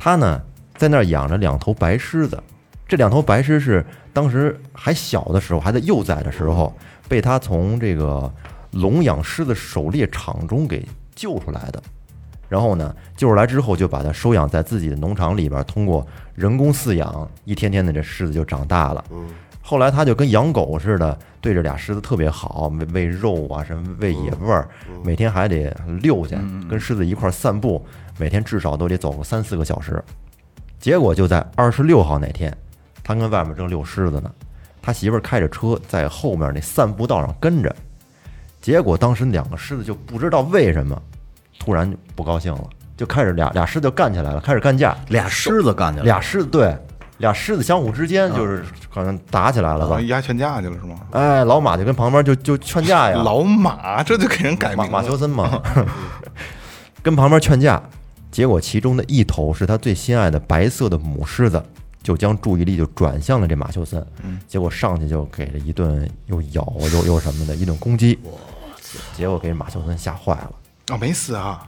S2: 他呢在那儿养着两头白狮子，这两头白狮是当时还小的时候，还在幼崽的时候，被他从这个笼养狮子狩猎场中给救出来的。然后呢，救出来之后就把它收养在自己的农场里边，通过人工饲养，一天天的这狮子就长大了。后来他就跟养狗似的，对这俩狮子特别好，喂喂肉啊，什么喂野味儿，每天还得遛去，跟狮子一块儿散步，每天至少都得走个三四个小时。结果就在二十六号那天，他跟外面正遛狮子呢，他媳妇儿开着车在后面那散步道上跟着，结果当时两个狮子就不知道为什么，突然就不高兴了，就开始俩俩狮子就干起来了，开始干架，
S5: 俩狮子干起来，
S2: 俩狮子对，俩狮子相互之间就是可能打起来了吧
S3: 啊，，压劝架去了是吗？
S2: 哎，老马就跟旁边就就劝架呀，
S3: 老马，这就给人改
S2: 马
S3: 名
S2: 马修
S3: 了。
S2: 森嘛，跟旁边劝架，结果其中的一头是他最心爱的白色的母狮子，就将注意力就转向了这马修森，结果上去就给了一顿又咬又又什么的一顿攻击，结果给马秀森吓坏了。
S3: 啊，没死啊，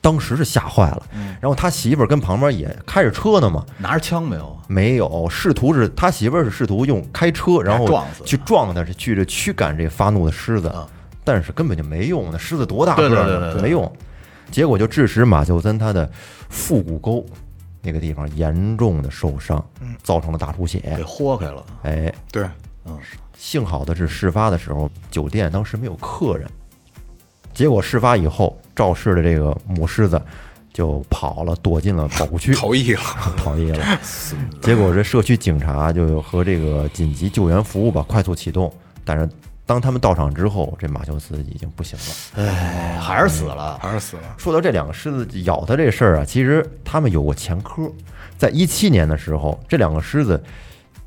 S2: 当时是吓坏了，
S5: 嗯
S2: 然后他媳妇儿跟旁边也开着车呢嘛，
S5: 拿着枪没有？
S2: 没有试图是他媳妇儿是试图用开车，然后
S5: 撞死他
S2: 去撞他，是去这驱赶这发怒的狮子，但是根本就没用，那狮子多大个
S5: 对对
S2: 儿
S5: 对
S2: 呢
S5: 对对
S2: 没用，结果就致使马秀森他的腹股沟那个地方严重的受伤，
S5: 嗯
S2: 造成了大出血
S5: 给，豁开了。
S2: 哎，
S3: 对，
S2: 幸好的是，事发的时候酒店当时没有客人。结果事发以后，肇事的这个母狮子就跑了，躲进了保护区，
S3: 逃逸了，
S2: 逃逸了。结果这社区警察就和这个紧急救援服务吧快速启动，但是当他们到场之后，这马修斯已经不行了。
S5: 哎，还是死了。
S3: 嗯还是死了。
S2: 说到这两个狮子咬它这事儿啊，其实他们有过前科，在一七年的时候，这两个狮子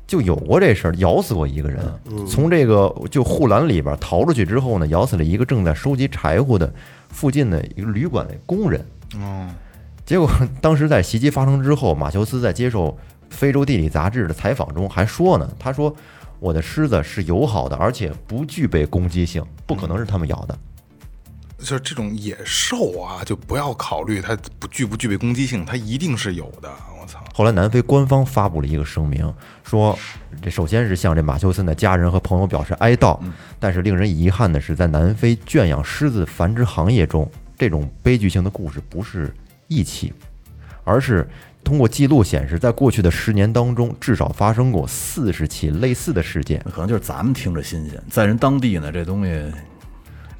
S2: 就有过这事儿，咬死过一个人。从这个就护栏里边逃出去之后呢，咬死了一个正在收集柴火的附近的一个旅馆的工人。
S3: 嗯，
S2: 结果当时在袭击发生之后，马修斯在接受《非洲地理》杂志的采访中还说呢，他说：“我的狮子是友好的，而且不具备攻击性，不可能是他们咬的。”
S3: 就是这种野兽啊，就不要考虑它不具不具备攻击性，它一定是有的。我操，
S2: 后来，南非官方发布了一个声明，说这首先是向这马修森的家人和朋友表示哀悼，
S5: 嗯
S2: 但是令人遗憾的是，在南非圈养狮子繁殖行业中，这种悲剧性的故事不是一起，而是通过记录显示，在过去的十年当中，至少发生过四十起类似的事件。
S5: 那可能就是咱们听着新鲜，在人当地呢，这东西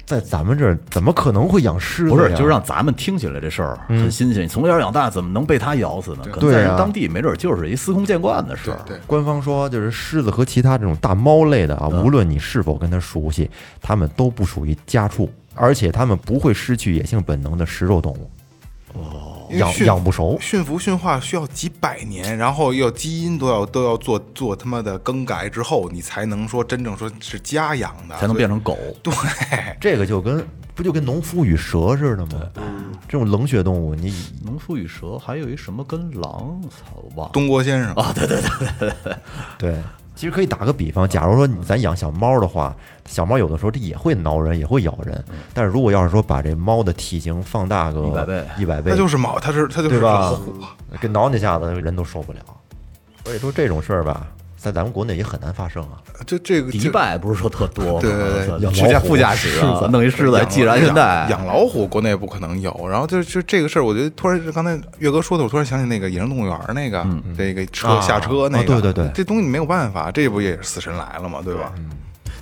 S2: 在咱们这儿，怎么可能会养狮子呀？
S5: 不是，就让咱们听起来这事儿
S3: 嗯
S5: 很新鲜。你从小养大，怎么能被它咬死呢？可能
S2: 对
S5: 在
S2: 啊
S5: 人当地，没准就是一司空见惯的事
S3: 对
S5: 儿。
S3: 对，
S2: 官方说，就是狮子和其他这种大猫类的啊，
S3: 嗯
S2: 无论你是否跟它熟悉，它们都不属于家畜，而且它们不会失去野性本能的食肉动物，
S3: 因为
S2: 养
S3: 驯
S2: 养不熟
S3: 驯服驯化需要几百年，然后要基因都要都要做做他妈的更改之后，你才能说真正说是家养的，
S5: 才能变
S3: 成
S5: 成狗。
S3: 对。哎
S2: 这个就跟不就跟农夫与蛇似的吗？这种冷血动物，你
S5: 农夫与蛇，还有一什么跟狼，操，我忘了。
S3: 东郭先生啊，对，
S2: 对，其实可以打个比方，假如说你 咱养小猫的话，小猫有的时候它也会挠人，也会咬人，
S3: 嗯
S2: 但是如果要是说把这猫的体型放大个
S5: 100倍
S2: 一百倍，
S3: 那就是猫，他是他就是
S2: 对吧
S3: 老虎，？
S2: 给挠你一下子，人都受不了。所以说这种事儿吧，在咱们国内也很难发生啊。
S3: 这这个
S5: 迪
S3: 这
S5: 拜不是说特多吗？
S3: 对对对
S5: 操
S2: 养
S5: 副驾
S2: 老虎
S5: 副驾驶啊，弄一狮子，既然现在
S3: 养养老虎国内不可能有，然后就就这个事儿，我觉得突然刚才岳哥说的，我突然想起那个野生动物园儿那个，这个车、
S2: 啊
S3: 下车那
S2: 啊
S3: 个，
S2: 对对对
S3: 这东西你没有办法，这不也是死神来了嘛，对吧？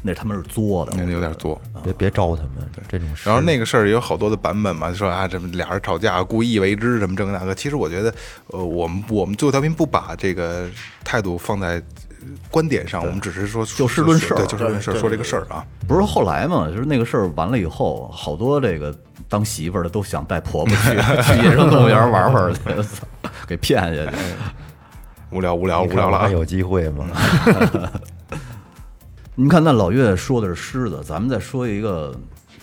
S5: 那他们是作的
S3: 那，有点多。
S5: 啊
S2: 别别招他们这种 事。
S3: 然后那个事儿也有好多的版本嘛，说啊，这么俩人吵架，故意为之，什么这个那个。其实我觉得，呃，我们我们最后调频不把这个态度放在呃观点上，我们只是说
S5: 就事论事儿
S3: 对，就事论事儿，说这个事儿啊。
S5: 不是后来嘛？就是那个事儿完了以后，好多这个当媳妇儿的都想带婆婆去 去野生动物园玩玩去，操给骗下去。
S3: 无聊无聊无
S2: 你看
S3: 聊
S2: 我
S3: 了啊
S2: 还！有机会 吗？
S5: 你看，那老岳说的是狮子，咱们再说一个，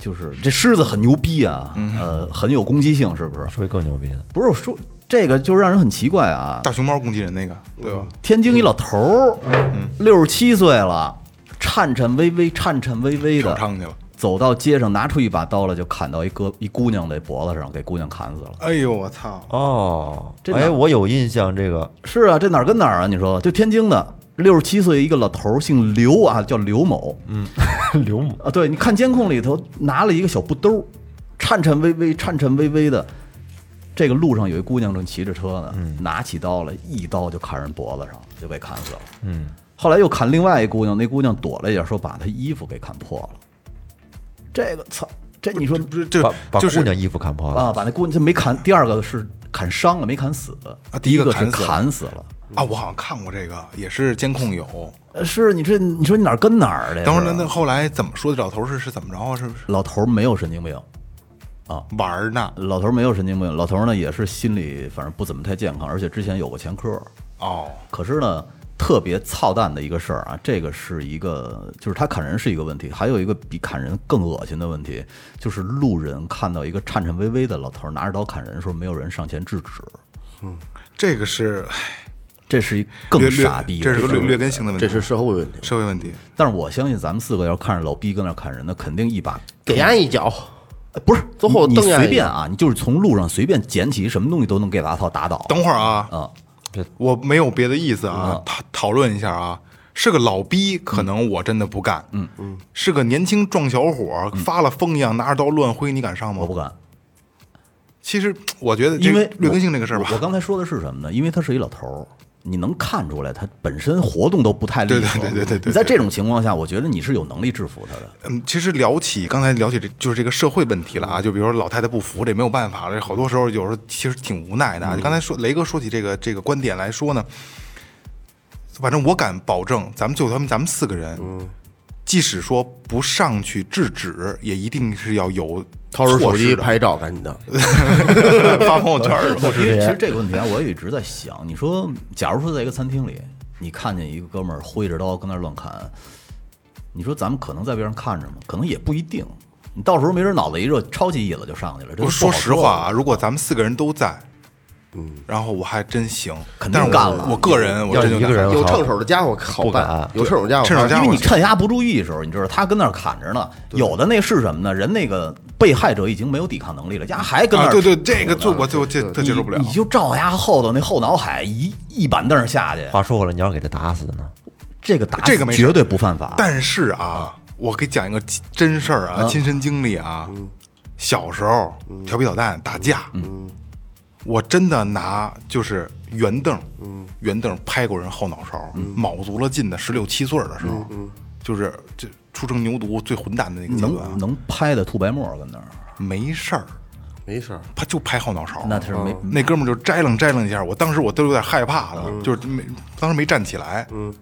S5: 就是这狮子很牛逼啊，
S3: 嗯
S5: 呃，很有攻击性，是不是？
S2: 说一更牛逼的，
S5: 不是我说这个，就让人很奇怪啊。
S3: 大熊猫攻击人那个，对吧？
S5: 天津一老头儿，
S3: 嗯
S5: 六十七岁了，颤颤巍巍、颤颤巍巍
S3: 嫖
S5: 的
S3: 娼去了。
S5: 走到街上，拿出一把刀来，就砍到一哥一姑娘的脖子上，给姑娘砍死了。
S3: 哎呦我操！
S2: 哦，
S5: 这哪
S2: 哎，我有印象，这个
S5: 是啊，这哪儿跟哪儿啊？你说，就天津的六十七岁一个老头儿，姓刘啊，叫刘某。嗯，
S2: 刘母
S5: 啊，对，你看监控里头拿了一个小布兜儿，颤颤巍巍、颤颤巍巍的。这个路上有一姑娘正骑着车呢，拿起刀来，一刀就砍人脖子上，就被砍死了。嗯，后来又砍另外一姑娘，那姑娘躲了一下，说把她衣服给砍破了。这个操，这你说
S3: 不是这
S2: 把 把
S3: 就
S2: 姑
S3: 是
S2: 娘衣服砍破了，
S5: 啊，把那姑娘这没砍，第二个是砍伤了，没砍死
S3: 啊第
S5: 第
S3: 一
S5: 一
S3: 个
S5: 是
S3: 砍死了
S5: 砍死了。
S3: 啊，我好像看过这个，也是监控有。
S5: 呃是你这你说你哪儿跟哪儿的？
S3: 等会儿
S5: 是啊
S3: 那
S5: 吧
S3: 那后来怎么说的？老头是是怎么着啊？是不是
S5: 老头儿没有神经病，
S3: 玩儿呢？
S5: 老头儿没有神经病，老头儿呢也是心理反正不怎么太健康，而且之前有过前科。
S3: 哦，
S5: 可是呢，特别操蛋的一个事儿啊，这个是一个就是他砍人是一个问题，还有一个比砍人更恶心的问题，就是路人看到一个颤颤巍巍的老头儿拿着刀砍人的时候，没有人上前制止。
S3: 这个是，唉
S5: 这是一
S3: 略
S5: 更
S3: 略
S5: 傻逼，
S3: 这是个
S5: 我觉
S3: 劣
S5: 得
S3: 劣根性的问题，
S4: 这是社会问题，
S3: 社会问题。
S5: 但是我相信咱们四个要看着老逼跟那儿砍人的，肯定一把
S4: 给俺一脚，
S5: 呃不是
S4: 最后
S5: 你你
S4: 瞪眼
S5: 随
S4: 一
S5: 便啊，你就是从路上随便捡起什么东西都能给拉套打倒。
S3: 等会儿啊，
S5: 啊，
S3: 我没有别的意思啊，讨讨论一下啊。是个老逼，可能我真的不干。嗯嗯，是个年轻壮小伙，发了疯一样拿着刀乱挥，你敢上
S5: 我
S3: 吗
S5: 不？敢，
S3: 其实我觉得这
S5: 因为
S3: 劣根性这个事儿吧
S5: 我，我刚才说的是什么呢？因为他是一老头儿，你能看出来他本身活动都不太利索。
S3: 对对对对对对
S5: 你在这种情况下，我觉得你是有能力制服他的。
S3: 嗯，其实聊起刚才聊起这就是这个社会问题了啊，就比如说老太太不服，这没有办法了，好多时候有时候其实挺无奈的啊。就刚才说雷哥说起这个这个观点来说呢，反正我敢保证，咱们就咱们咱们四个人，
S4: 嗯
S3: 即使说不上去制止，也一定是要有
S4: 掏出手
S3: 措施
S4: 机
S3: 的
S4: 拍照，赶紧的，
S3: 发朋友圈 儿
S5: 不是，因为其实这个问题啊，我也一直在想。你说，假如说在一个餐厅里，你看见一个哥们儿挥着刀跟那儿乱砍，你说咱们可能在边上看着吗？可能也不一定。你到时候没准脑子一热，抄起椅子就上去了。这都
S3: 我
S5: 不
S3: 说
S5: 好
S3: 实话啊，如果咱们四个人都在，嗯，然后我还真行，
S5: 肯定
S3: 但是我
S5: 干了
S3: 我个人我
S2: 要
S3: 真就
S2: 一个
S3: 敢
S2: 人
S4: 有
S2: 好
S4: 趁手的家伙好
S2: 不
S4: 办
S2: 敢，
S4: 有趁手家伙
S3: 趁手
S4: 好办
S3: 家
S5: 因为
S3: 伙
S5: 你趁压不注意的时候，你知道他跟那儿砍着呢。有的那是什么呢？人那个被害者已经没有抵抗能力了，丫还跟那
S3: 啊，
S5: 儿
S3: 对
S5: 杵着呢、
S3: 对，这个就我
S4: 嗯
S3: 就这特
S5: 你
S3: 接受不了
S5: 你。就照丫后头那后脑海一一板凳下去，
S2: 话说回来，你要是给他打死呢？
S5: 这个打
S3: 啊这个没事
S5: 绝对不犯法。
S3: 但是啊，我给讲一个亲真事儿
S4: 嗯
S3: 啊，亲身经历啊。小时候调皮捣蛋打架，我真的拿就是圆凳，圆凳拍过人后脑勺，卯足了劲的十六七岁儿的时候，就是这初生牛犊最混蛋的那个阶段啊
S5: 能，能拍的吐白沫儿跟那儿，
S3: 没事儿，
S4: 没事儿，
S3: 他就拍后脑勺，
S5: 那他是没、
S3: 那哥们儿就摘楞摘楞一下，我当时我都有点害怕了，就是没当时没站起来。嗯，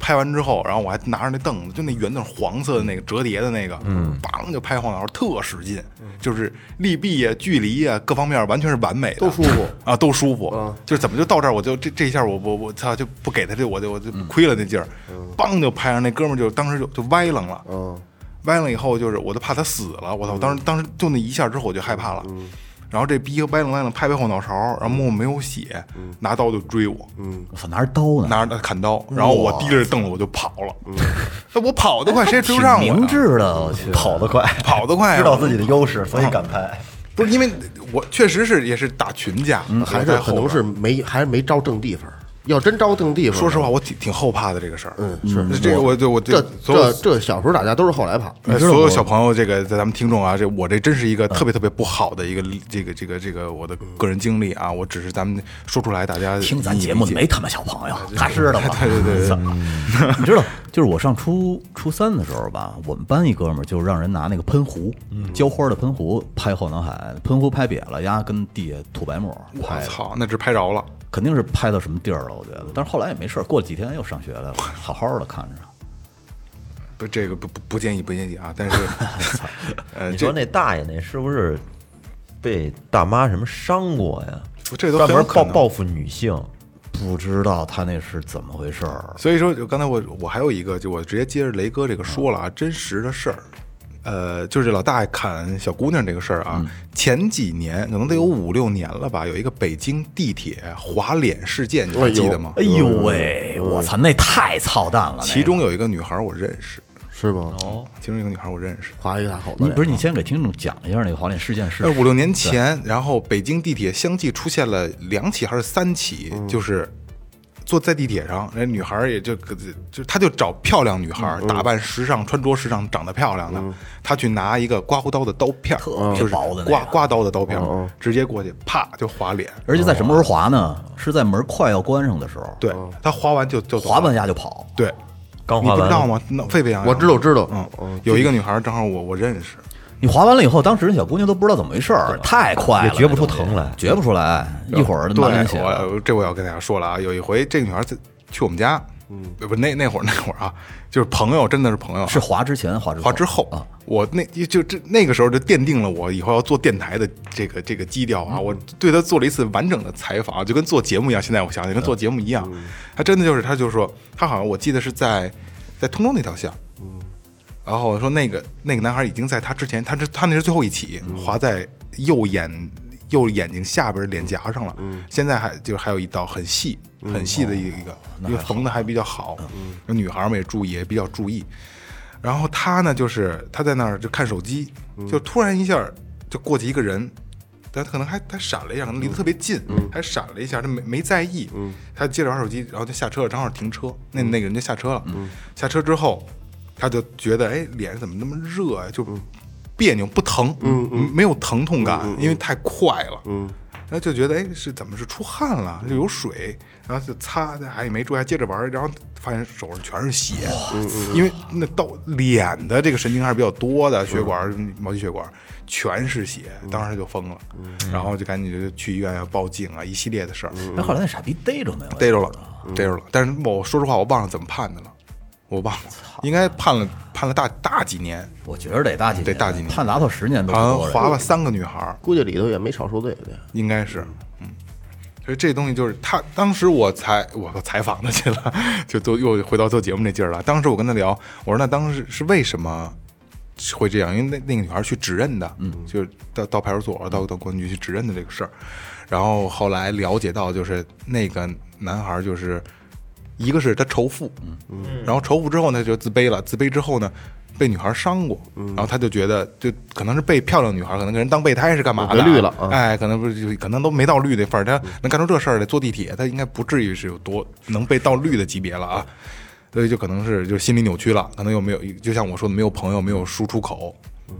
S3: 拍完之后，然后我还拿着那凳子，就那圆凳黄色的那个折叠的那个，嗯，梆就拍后脑勺，特使劲，就是力臂呀、距离呀、各方面完全是完美的，
S4: 都舒服嗯
S3: 啊，都舒服。就是怎么就到这儿，我就这这一下我我我操就不给他这我就我就亏了那劲儿，梆就拍上那哥们儿就当时就就歪楞了，
S4: 嗯，
S3: 歪了以后，就是我都怕他死了，我操！当时当时就那一下之后我就害怕了。
S4: 嗯
S3: 然后这逼歪了歪了拍拍后脑勺，然后摸摸没有血，
S4: 嗯
S3: 拿刀就追我，
S5: 我操，拿着刀呢，
S3: 拿着砍刀，然后我提着凳子我就跑了。那我跑得快，谁也追不上
S5: 挺
S3: 我
S5: 明
S3: 呀。
S5: 智的，我去，
S2: 跑得快，
S3: 跑得快啊，啊
S2: 知道自己的优势，所以敢拍。
S3: 不是因为我确实是也是打群架，
S4: 还
S3: 我
S4: 是
S3: 在
S4: 可
S3: 后边
S4: 能是没还是没招正地方，要真招正地方，
S3: 说实话，我挺挺后怕的这个事儿。嗯，
S4: 是
S3: 这个我就我
S4: 这
S3: 所有
S4: 这这小时候打架都是后来跑，
S3: 呃，所有小朋友，这个在咱们听众啊，这我这真是一个特别特别不好的一个例这个这个这个我的个人经历啊，我只是咱们说出来，大家
S5: 听咱节目
S3: 理解
S5: 没他妈小朋友，他知道吗？
S3: 对对对对
S5: 操你知道，就是我上初初三的时候吧，我们班一哥们儿就让人拿那个喷壶，浇花的喷壶拍后脑海，喷壶拍瘪了，丫跟地下吐白沫儿，
S3: 我
S5: 拍的
S3: 操，那是拍着了，
S5: 肯定是拍到什么地儿了，我觉得。但是后来也没事儿，过了几天又上学来了，好好的看着。
S3: 不，这个不不不建议不建议啊，但是呃，
S2: 你
S3: 这
S2: 说那大爷那是不是被大妈什么伤过呀？
S3: 这都
S2: 专
S3: 很有
S2: 门
S3: 可
S2: 报
S3: 能
S2: 报复女性，
S5: 不知道他那是怎么回事儿，
S3: 所以说，就刚才我我还有一个，就我直接接着雷哥这个说
S5: 嗯
S3: 了啊，真实的事儿，呃，就是老大爷砍小姑娘这个事儿啊，
S5: 嗯
S3: 前几年可能得有五六年了吧，有一个北京地铁滑脸事件，你还记得吗？
S5: 哎呦喂，我操，那太操蛋了。那个
S3: 其中有一个女孩儿我认识，
S4: 是吗？
S3: 其中一个女孩儿我认识，
S4: 划一个大口子
S5: 你
S4: 脸，
S5: 不是你先给听众讲一下那个滑脸事件是
S3: 呃那五六年前，然后北京地铁相继出现了两起还是三起，就是坐在地铁上，那女孩儿也就就她就找漂亮女孩儿，打扮时尚、穿着时尚、长得漂亮的，她去拿一个刮胡刀的刀片儿，
S5: 别
S3: 就是
S5: 薄的那个嗯
S3: 刮刮刀的刀片儿，直接过去啪就划脸，
S5: 而且在什么时候滑呢？是在门快要关上的时候，
S3: 对她划完就就走了
S5: 滑半，下就跑。
S3: 对，
S2: 刚
S3: 你
S2: 花
S3: 不知道
S2: 完
S3: 吗？那沸沸扬扬，
S4: 我知道，我知道，
S3: 嗯，有一个女孩儿正好我我认识，
S5: 你滑完了以后，当时那小姑娘都不知道怎么回事儿，太快了，
S2: 也觉不出
S5: 那东西
S2: 疼来
S5: 觉不出来，一啊会儿
S3: 对
S5: 满脸血。
S3: 我这我要跟大家说了啊，有一回这个女孩在去我们家，嗯，不那那会儿那会儿啊，就是朋友，真的是朋友啊，
S5: 是滑之前，滑之
S3: 滑之
S5: 后
S3: 后
S5: 啊，
S3: 我那就这那个时候就奠定了我以后要做电台的这个这个基调
S5: 嗯
S3: 啊。我对他做了一次完整的采访，就跟做节目一样。现在我想想，跟
S5: 嗯
S3: 做节目一样，他真的就是他就说他好像我记得是在在通州那条线，嗯，然
S5: 嗯
S3: 后说那个那个男孩已经在他之前，他这他那是最后一起滑在右眼右眼睛下边脸颊上了，
S5: 嗯
S3: 嗯现在还就是还有一道很细很细
S5: 哦
S3: 的一个一个，因为缝的还比较好，
S5: 嗯
S3: 女孩儿们也注意也比较注意。然后他呢，就是他在那儿就看手机，就突然一下就过去一个人，但他可能还他闪了一下，可能离得特别近，还闪了一下，他没没在意，他接着玩手机，然后就下车了，正好停车，那那个人就下车了，下车之后，他就觉得哎脸怎么那么热呀、就别扭不疼，没有疼痛感，因为太快了，然后就觉得哎是怎么是出汗了，就有水，然后就擦，还也没注意，还接着玩儿，然后发现手上全是血，因为那到脸的这个神经还是比较多的，血管儿、毛细血管儿全是血，
S5: 嗯
S3: 当时就疯了，然后就赶紧就去医院要报警啊，一系列的事儿，
S5: 那哎后来那傻逼逮着没有？
S3: 逮着了，
S5: 嗯
S3: 逮着了，但是我说实话，我忘了怎么判的了，我忘了，应该判了判了大大几年，
S5: 我觉得得大几年
S3: 得大几年啊
S5: 判拿到十年都
S3: 好像
S5: 不多
S3: 划
S5: 人。
S3: 了三个女孩儿，
S4: 估计里头也没少受罪的。
S3: 应该是，嗯，所以这东西就是他当时我采我采访他去了，就都又回到做节目那劲儿了。当时我跟他聊，我说那当时是为什么会这样？因为那那个女孩去指认的，嗯，就是到到派出所到到公安局去指认的这个事儿。然后后来了解到，就是那个男孩就是一个是他仇富，嗯，然后仇富之后呢就自卑了，自卑之后呢。被女孩伤过，然后他就觉得，就可能是被漂亮女孩，可能给人当备胎是干嘛的？
S4: 被绿了啊
S3: 哎，可能不是，就可能都没到绿那份儿，他能干出这事儿来，坐地铁，他应该不至于是有多能被到绿的级别了啊，所以就可能是就心理扭曲了，可能又没有，就像我说的，没有朋友，没有输出口，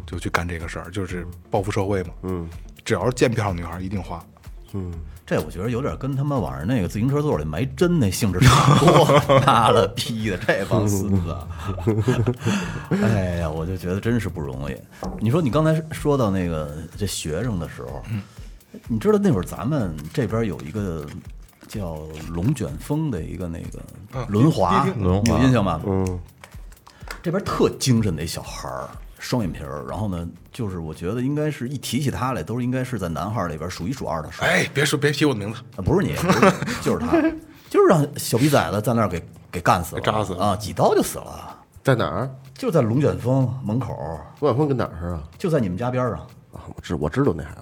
S3: 就去干这个事儿，就是报复社会嘛。嗯，只要是见漂亮女孩，一定花。
S5: 这我觉得有点跟他妈晚上那个自行车座里埋针那性质差不多。 妈了逼的，这帮孙子！哎呀，我就觉得真是不容易。你说你刚才说到那个这学生的时候，你知道那会儿咱们这边有一个叫龙卷风的一个那个轮滑，
S2: 轮
S5: 你有
S2: 滑
S5: 印象吗？嗯，这边特精神的一小孩儿，双眼皮儿，然后呢，就是我觉得应该是一提起他来，都是应该是在男孩儿里边数一数二的水
S3: 哎，别说别提我的名字，
S5: 啊，不是你，不是你就是他，就是让小逼崽子在那儿给给干死了，
S3: 扎死了
S5: 啊，几刀就死了，
S4: 在哪儿？
S5: 就在龙卷风门口，
S4: 郭晓峰跟哪儿啊？
S5: 就在你们家边上，
S4: 啊，我知我知道那孩子，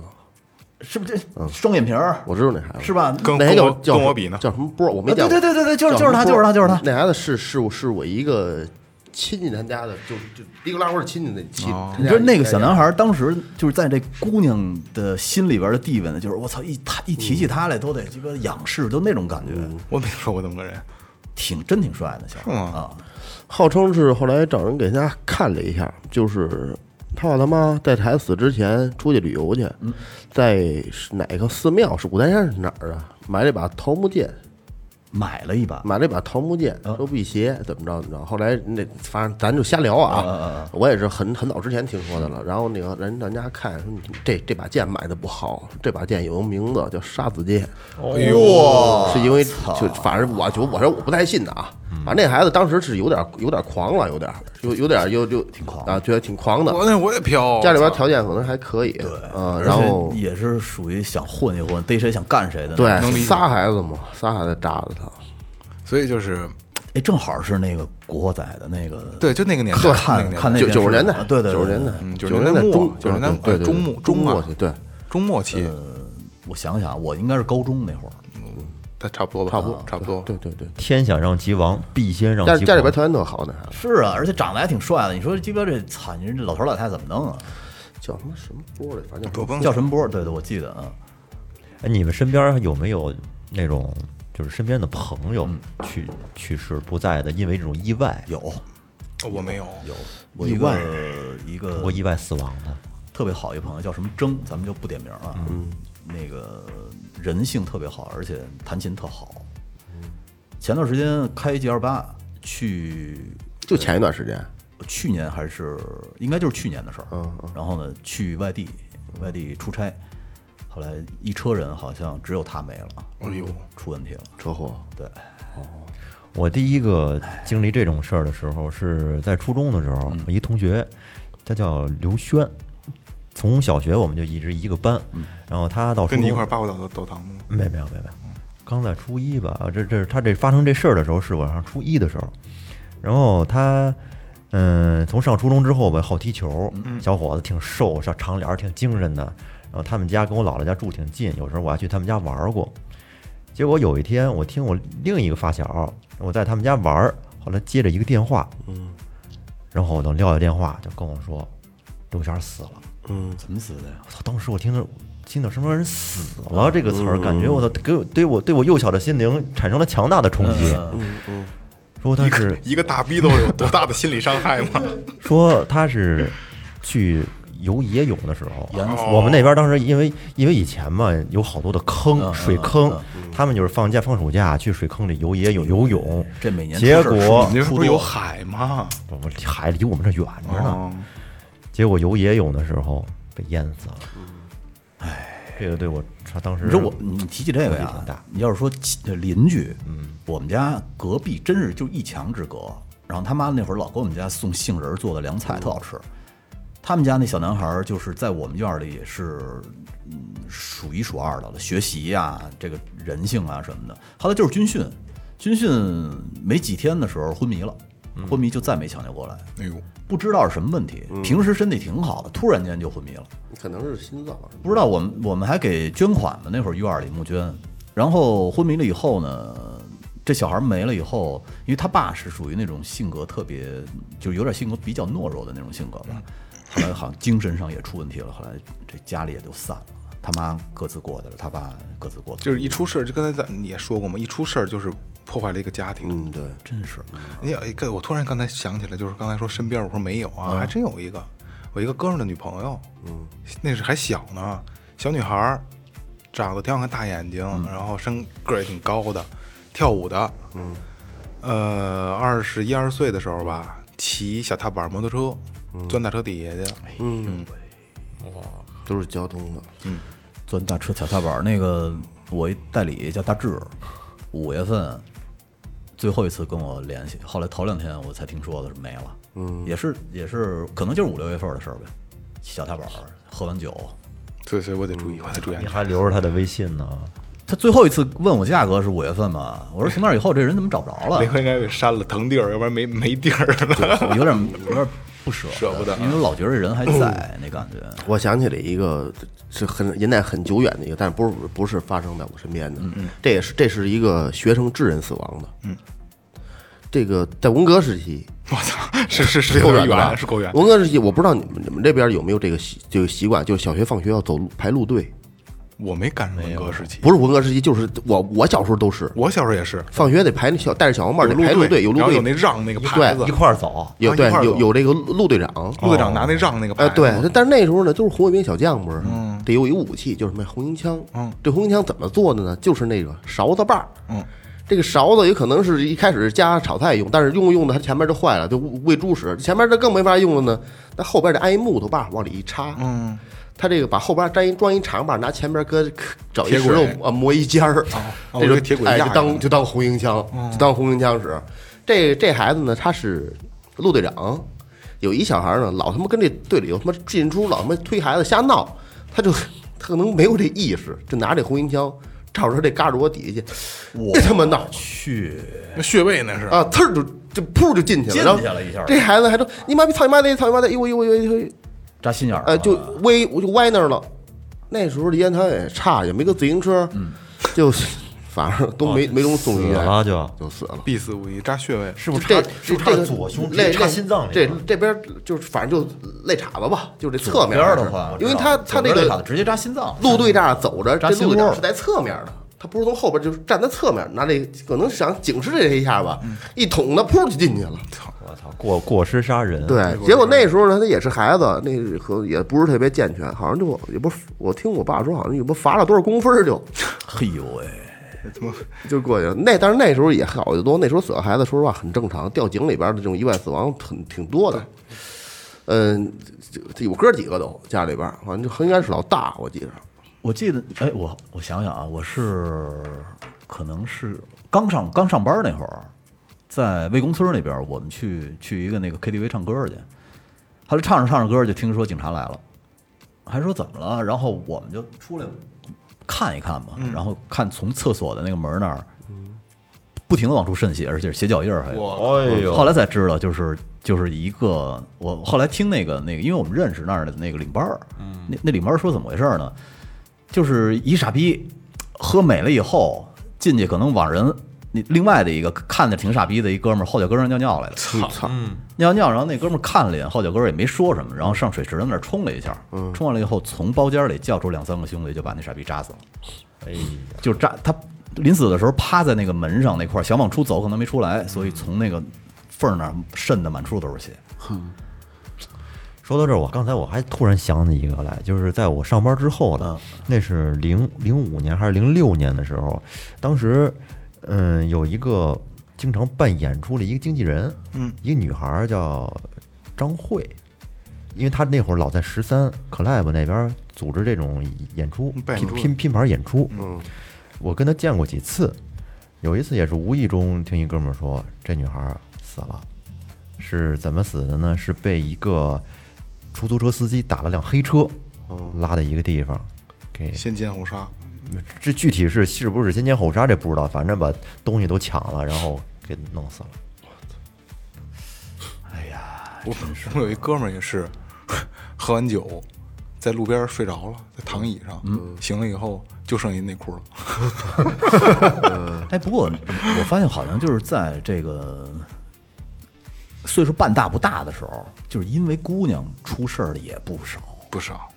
S5: 是不是这双眼皮儿？
S4: 嗯我知道那孩子
S5: 是吧？
S3: 跟
S4: 那
S3: 跟
S4: 孩子
S3: 我
S4: 叫叫
S3: 跟我比呢，
S4: 叫什么波儿？我没
S5: 啊
S4: 见过。
S5: 对对对对对就是
S4: 叫什么
S5: 就是他就是他
S4: 波儿
S5: 就是他
S4: 那孩子是是我是我一个亲戚他家的，就就一个拉伙儿亲戚的亲。他
S5: 你
S4: 家
S5: 知道那
S4: 一
S5: 个小男孩当时就是在这姑娘的心里边的地位呢，就是我操，一他一
S3: 嗯
S5: 提起他来都得鸡巴仰视，就那种感觉，
S4: 嗯
S3: 我没说过这么个人。
S5: 挺真挺帅的小孩
S3: 是吗
S5: 啊，
S4: 号称是后来找人给他家看了一下，就是他爸他妈在孩子死之前出去旅游去，在是哪个寺庙是古代山是哪儿啊？买了一把桃木剑，
S5: 买了一把，
S4: 买了一把桃木剑，说辟邪，怎么着怎么着。后来那反正咱就瞎聊
S5: 啊啊
S4: 啊，我也是很很早之前听说的了。然后那个人咱家看说你这这把剑买的不好，这把剑有个名字叫杀子剑。
S3: 哎呦，
S4: 是因为就反正我就我说我不太信的啊，反正那孩子当时是有点有点狂了，有点有有点有就挺
S5: 狂
S4: 啊，觉得挺狂的。
S3: 我那我也飘，
S4: 家里边
S3: 操
S4: 条件可能还可以，嗯，
S5: 而
S4: 然
S5: 且
S4: 后
S5: 也是属于想混一混，逮谁想干谁的，
S4: 对
S3: 能理解
S4: 仨孩子嘛，仨孩子扎的他，
S3: 所以就是
S5: 哎，正好是那个古惑仔的那个，
S3: 对，就那个年代，那个
S5: 看
S3: 年代
S5: 看那
S4: 九
S5: 电
S4: 九十
S5: 视
S4: 年代
S5: 啊，对对，对
S4: 九十年代。，
S3: 嗯
S4: 九
S3: 九十
S4: 十
S3: 年代
S4: 代
S3: 末
S4: 中，
S3: 九十年代
S4: 对对
S3: 中末
S4: 末
S3: 中
S4: 末
S3: 啊
S4: 期，对，
S3: 中末期，
S5: 我想想，我应该是高中那会儿，
S3: 他差不多吧，
S4: 差不多
S3: 差不多，
S4: 对对对。
S2: 天想让其亡，必先让
S4: 家
S2: 其
S4: 家里
S2: 狂。
S4: 边条件特好，那孩子
S5: 是啊，而且长得还挺帅的。你说鸡巴这操，你说这老头老太太怎么弄啊？
S4: 叫什么什么波来，反正
S3: 我
S4: 叫
S3: 跟
S5: 叫什么波？对对，我记得啊，
S2: 哎，你们身边有没有那种就是身边的朋友去去世不在的，因为这种意外，
S5: 有
S3: 我没有，
S5: 有，我一个一个
S2: 或意外死亡的？
S5: 特别好一朋友叫什么征，咱们就不点名了。嗯，那个人性特别好，而且弹琴特好。前段时间开一 G 二八去
S4: 就前一段时间，
S5: 去年还是应该就是去年的事儿。
S3: 嗯
S5: 然后呢，去外地，外地出差，后来一车人好像只有他没了，
S3: 哎呦，
S5: 出问题了。
S4: 车祸，
S5: 对，
S2: 我第一个经历这种事儿的时候是在初中的时候，我一同学，他叫刘轩，从小学我们就一直一个班，然后他到初
S3: 跟你一
S2: 中
S3: 块儿八卦澡澡堂子吗？
S2: 没没有没有没有，刚在初一吧，啊这这是他这发生这事儿的时候是我上初一的时候，然后他呃嗯，从上初中之后吧，好踢球，小伙子挺瘦，上长脸儿，挺精神的。然后他们家跟我姥姥家住挺近，有时候我还去他们家玩儿过。结果有一天，我听我另一个发小，我在他们家玩儿，后来接着一个电话，嗯，然后我等撂下电话，就跟我说刘璇死了。
S5: 怎么死的呀？
S2: 我操！当时我听着听到什么人死了这个词儿，感觉我操，
S5: 嗯
S2: 给我对我对我幼小的心灵产生了强大的冲击。
S5: 嗯
S2: 说他
S3: 一
S2: 是
S3: 个一个大逼都有多大的心理伤害吗？
S2: 说他是去游野泳的时候啊
S5: 沿
S3: 河，
S2: 我们那边当时因为因为以前嘛有好多的坑
S5: 嗯
S2: 水
S5: 嗯
S2: 坑
S5: 嗯，嗯
S2: 他们就是放假放暑假去水坑里游野泳游泳，
S5: 这每年
S2: 结
S5: 出事儿
S2: 果
S3: 你那
S5: 出
S3: 不是有
S5: 多
S3: 海吗？
S2: 我们海离我们这远着呢，
S3: 哦，
S2: 结果游野泳的时候被淹死了。哎，这个对我他当时
S5: 嗯你说我，你提起这个
S2: 冲击挺
S5: 呀
S2: 大，
S5: 你要是说亲呃邻居，嗯，我们家隔壁真是就一墙之隔。然后他妈那会儿老给我们家送杏仁儿做的凉菜，特好吃。他们家那小男孩儿就是在我们院儿里是嗯数一数二的了，学习呀、这个人性啊什么的。后来就是军训，军训没几天的时候昏迷了，
S2: 嗯
S5: 昏迷就再没抢救过来，
S3: 哎呦，
S5: 不知道是什么问题。平时身体挺好的，突然间就昏迷了。
S4: 可能是心脏啊什么
S5: 不知道我们我们还给捐款呢，那会儿院儿里募捐，然后昏迷了以后呢，这小孩没了以后，因为他爸是属于那种性格特别，就是有点性格比较懦弱的那种性格
S3: 嗯
S5: 吧，后来好像精神上也出问题了，后来这家里也就散了，他妈各自过去了，他爸各自过去了，
S3: 就是一出事儿，就刚才咱你也说过嘛，一出事儿就是破坏了一个家庭。
S4: 嗯，对，
S5: 真是
S3: 你哎有一个，我突然刚才想起来，就是刚才说身边，我说没有啊，还真有一个，我一个哥们儿的女朋友，嗯，那是还小呢，小女孩儿，长得挺好看，大眼睛，然后身个儿也挺高的，跳舞的，嗯，呃，二十一二岁的时候吧，骑小踏板摩托车，钻大车底下去，
S4: 嗯，都是交通的，
S5: 钻大车小踏板儿那个，我一代理叫大志，五月份最后一次跟我联系，后来头两天我才听说的是没了，嗯，也是也是，可能就是五六月份的事儿呗。小踏板儿喝完酒，
S3: 所以所以我得注意，嗯哎我得注意安
S2: 你
S3: 全。
S2: 还留着他的微信呢，
S5: 他最后一次问我价格是五月份嘛，我说从那以后这人怎么找不着了
S3: 那，回应该给删了，腾地儿，要不然没没地儿了。
S5: 我有点有点不舍
S3: 舍不得
S5: 因为我老觉得人还在那感觉。
S4: 我想起了一个是很年代很久远的一个，但不是不是发生在我身边的，这也是这是一个学生致人死亡的，嗯，这个在文革时期
S3: 我操，是是是有
S4: 够
S3: 点
S4: 远的吧
S3: 远，是够远。
S4: 文革时期我不知道你们你们这边有没有这个习这个习惯，就是小学放学要走路排路队，
S3: 我没赶上文革时期，
S4: 不是文革时期，就是我我小时候都是
S3: 我小时候也是。
S4: 放学得排那小戴着小红帽得
S3: 有路
S4: 排路队，有路
S3: 然后
S4: 队
S3: 哎有那让那个牌子
S2: 一，块儿走。
S4: 有对
S3: 一块儿
S4: 有
S3: 走
S4: 有这个路路队长，
S3: 陆队长拿那让那个牌
S4: 哎，
S3: 子，
S4: 对，但是那时候呢，都是红卫兵小将，不是？得有一武器，就是什么红缨枪。
S3: 嗯，
S4: 这红缨枪怎么做的呢？就是那个勺子把儿。
S3: 嗯，
S4: 这个勺子也可能是一开始加炒菜用，但是用着用的它前面就坏了，就喂猪食。前面这更没法用了呢，那后边得挨一木头把儿往里一插。嗯，他这个把后边粘一装一长把儿，拿前边搁找一
S3: 铁
S4: 石
S3: 轨
S4: 头啊磨一尖儿。
S3: 哦
S4: 这
S3: 我以
S4: 就
S3: 为铁轨
S4: 哎，
S3: 压
S4: 就
S3: 着呢嗯
S4: 当就当红缨枪，就当红缨枪使。这这孩子呢，他是陆队长，有一小孩呢，老他妈跟这队里头他妈进出，老他妈推孩子瞎闹，他就他可能没有这意识，就拿这红缨枪照着这嘎着窝底下去，这他妈闹
S5: 去，
S3: 那穴位那是。
S4: 啊，呲儿就就噗就进去
S5: 进
S4: 了，然后
S5: 去了一下
S4: 这孩子还说你妈逼操你妈的操你妈的，哎呦哎呦哎呦哎呦哎呦，
S5: 扎心眼儿了
S4: 呃，就歪我就歪那儿了。那时候离烟台也差，也没个自行车，
S5: 嗯
S4: 就反正都
S5: 哦
S4: 没没东西送医
S2: 死
S4: 院，
S2: 了就
S4: 就死了。
S3: 必死无疑，扎穴位，
S2: 是不是
S4: 这
S2: 插是不是插在
S4: 这个
S2: 左胸直
S4: 肋
S2: 接插
S4: 肋
S2: 心脏里
S4: 这
S2: 了？
S4: 这边就是反正就肋岔子吧，就是这侧面
S5: 边儿
S4: 这
S5: 的
S4: 是
S5: 话，
S4: 因为他他这
S5: 个
S4: 个
S5: 直接扎心脏，
S4: 陆队这儿走着，这
S5: 扎心
S4: 陆队
S5: 窝
S4: 长是在侧面的，他不是从后边，就是站在侧面，拿这可能想警示这一下吧，一捅他，噗就进去了。
S2: 我操，过过失杀人。
S4: 对，结果那时候呢，他也是孩子，那可也不是特别健全，好像就也不，我听我爸说，好像也不罚了多少公分儿就
S5: 嘿哎呦喂，
S4: 就过去了。那但是那时候也好得多，那时候死个孩子，说实话很正常，掉井里边的这种意外死亡很挺多的。嗯，这这有哥几个都家里边儿，反正就应该是老大，我记着。
S5: 我记得，哎，我我想想啊，我是可能是刚上刚上班那会儿，在魏公村那边，我们去去一个那个 KTV 唱歌去，他就唱着唱着歌，就听说警察来了，还说怎么了，然后我们就出来看一看嘛，然后看从厕所的那个门那儿，不停的往出渗血，而且是血脚印儿还有。
S3: 我
S2: 哎呦，
S5: 后来才知道，就是就是一个我后来听那个那个，因为我们认识那儿的那个领班儿，那那领班儿说怎么回事儿呢？就是一傻逼喝美了以后进去，可能往人那另外的一个看着挺傻逼的一哥们儿后脚跟上尿尿来了，
S4: 嗯操，
S5: 尿尿，然后那哥们儿看了一眼后脚跟儿也没说什么，然后上水池子那儿冲了一下，冲完了以后从包间里叫出两三个兄弟就把那傻逼扎死了。就扎他临死的时候趴在那个门上那块儿，想往出走可能没出来，所以从那个缝儿那儿渗的满处都是血。
S2: 说到这儿，我刚才我还突然想起一个来，就是在我上班之后呢，那是零零五年还是零六年的时候，当时嗯有一个经常办演出的一个经纪人，嗯，一个女孩儿叫张慧，因为她那会儿老在十三 club 那边儿组织这种嗯演出
S3: 办演
S2: 拼
S3: 出
S2: 拼拼盘演出，嗯，我跟她见过几次，有一次也是无意中听一哥们儿说这女孩儿死了。是怎么死的呢？是被一个出租车司机打了辆黑车，拉到一个地方，给
S3: 先奸后杀，
S2: 这具体是是不是先奸后杀这不知道，反正把东西都抢了，然后给弄死了。
S3: 我我有一哥们儿也是，喝完酒，在路边儿睡着了，在躺椅上，
S5: 嗯
S3: 醒了以后就剩一内裤了。
S5: 哎，不过我发现好像就是在这个岁数半大不大的时候，就是因为姑娘出事儿的也不少。
S3: 不少。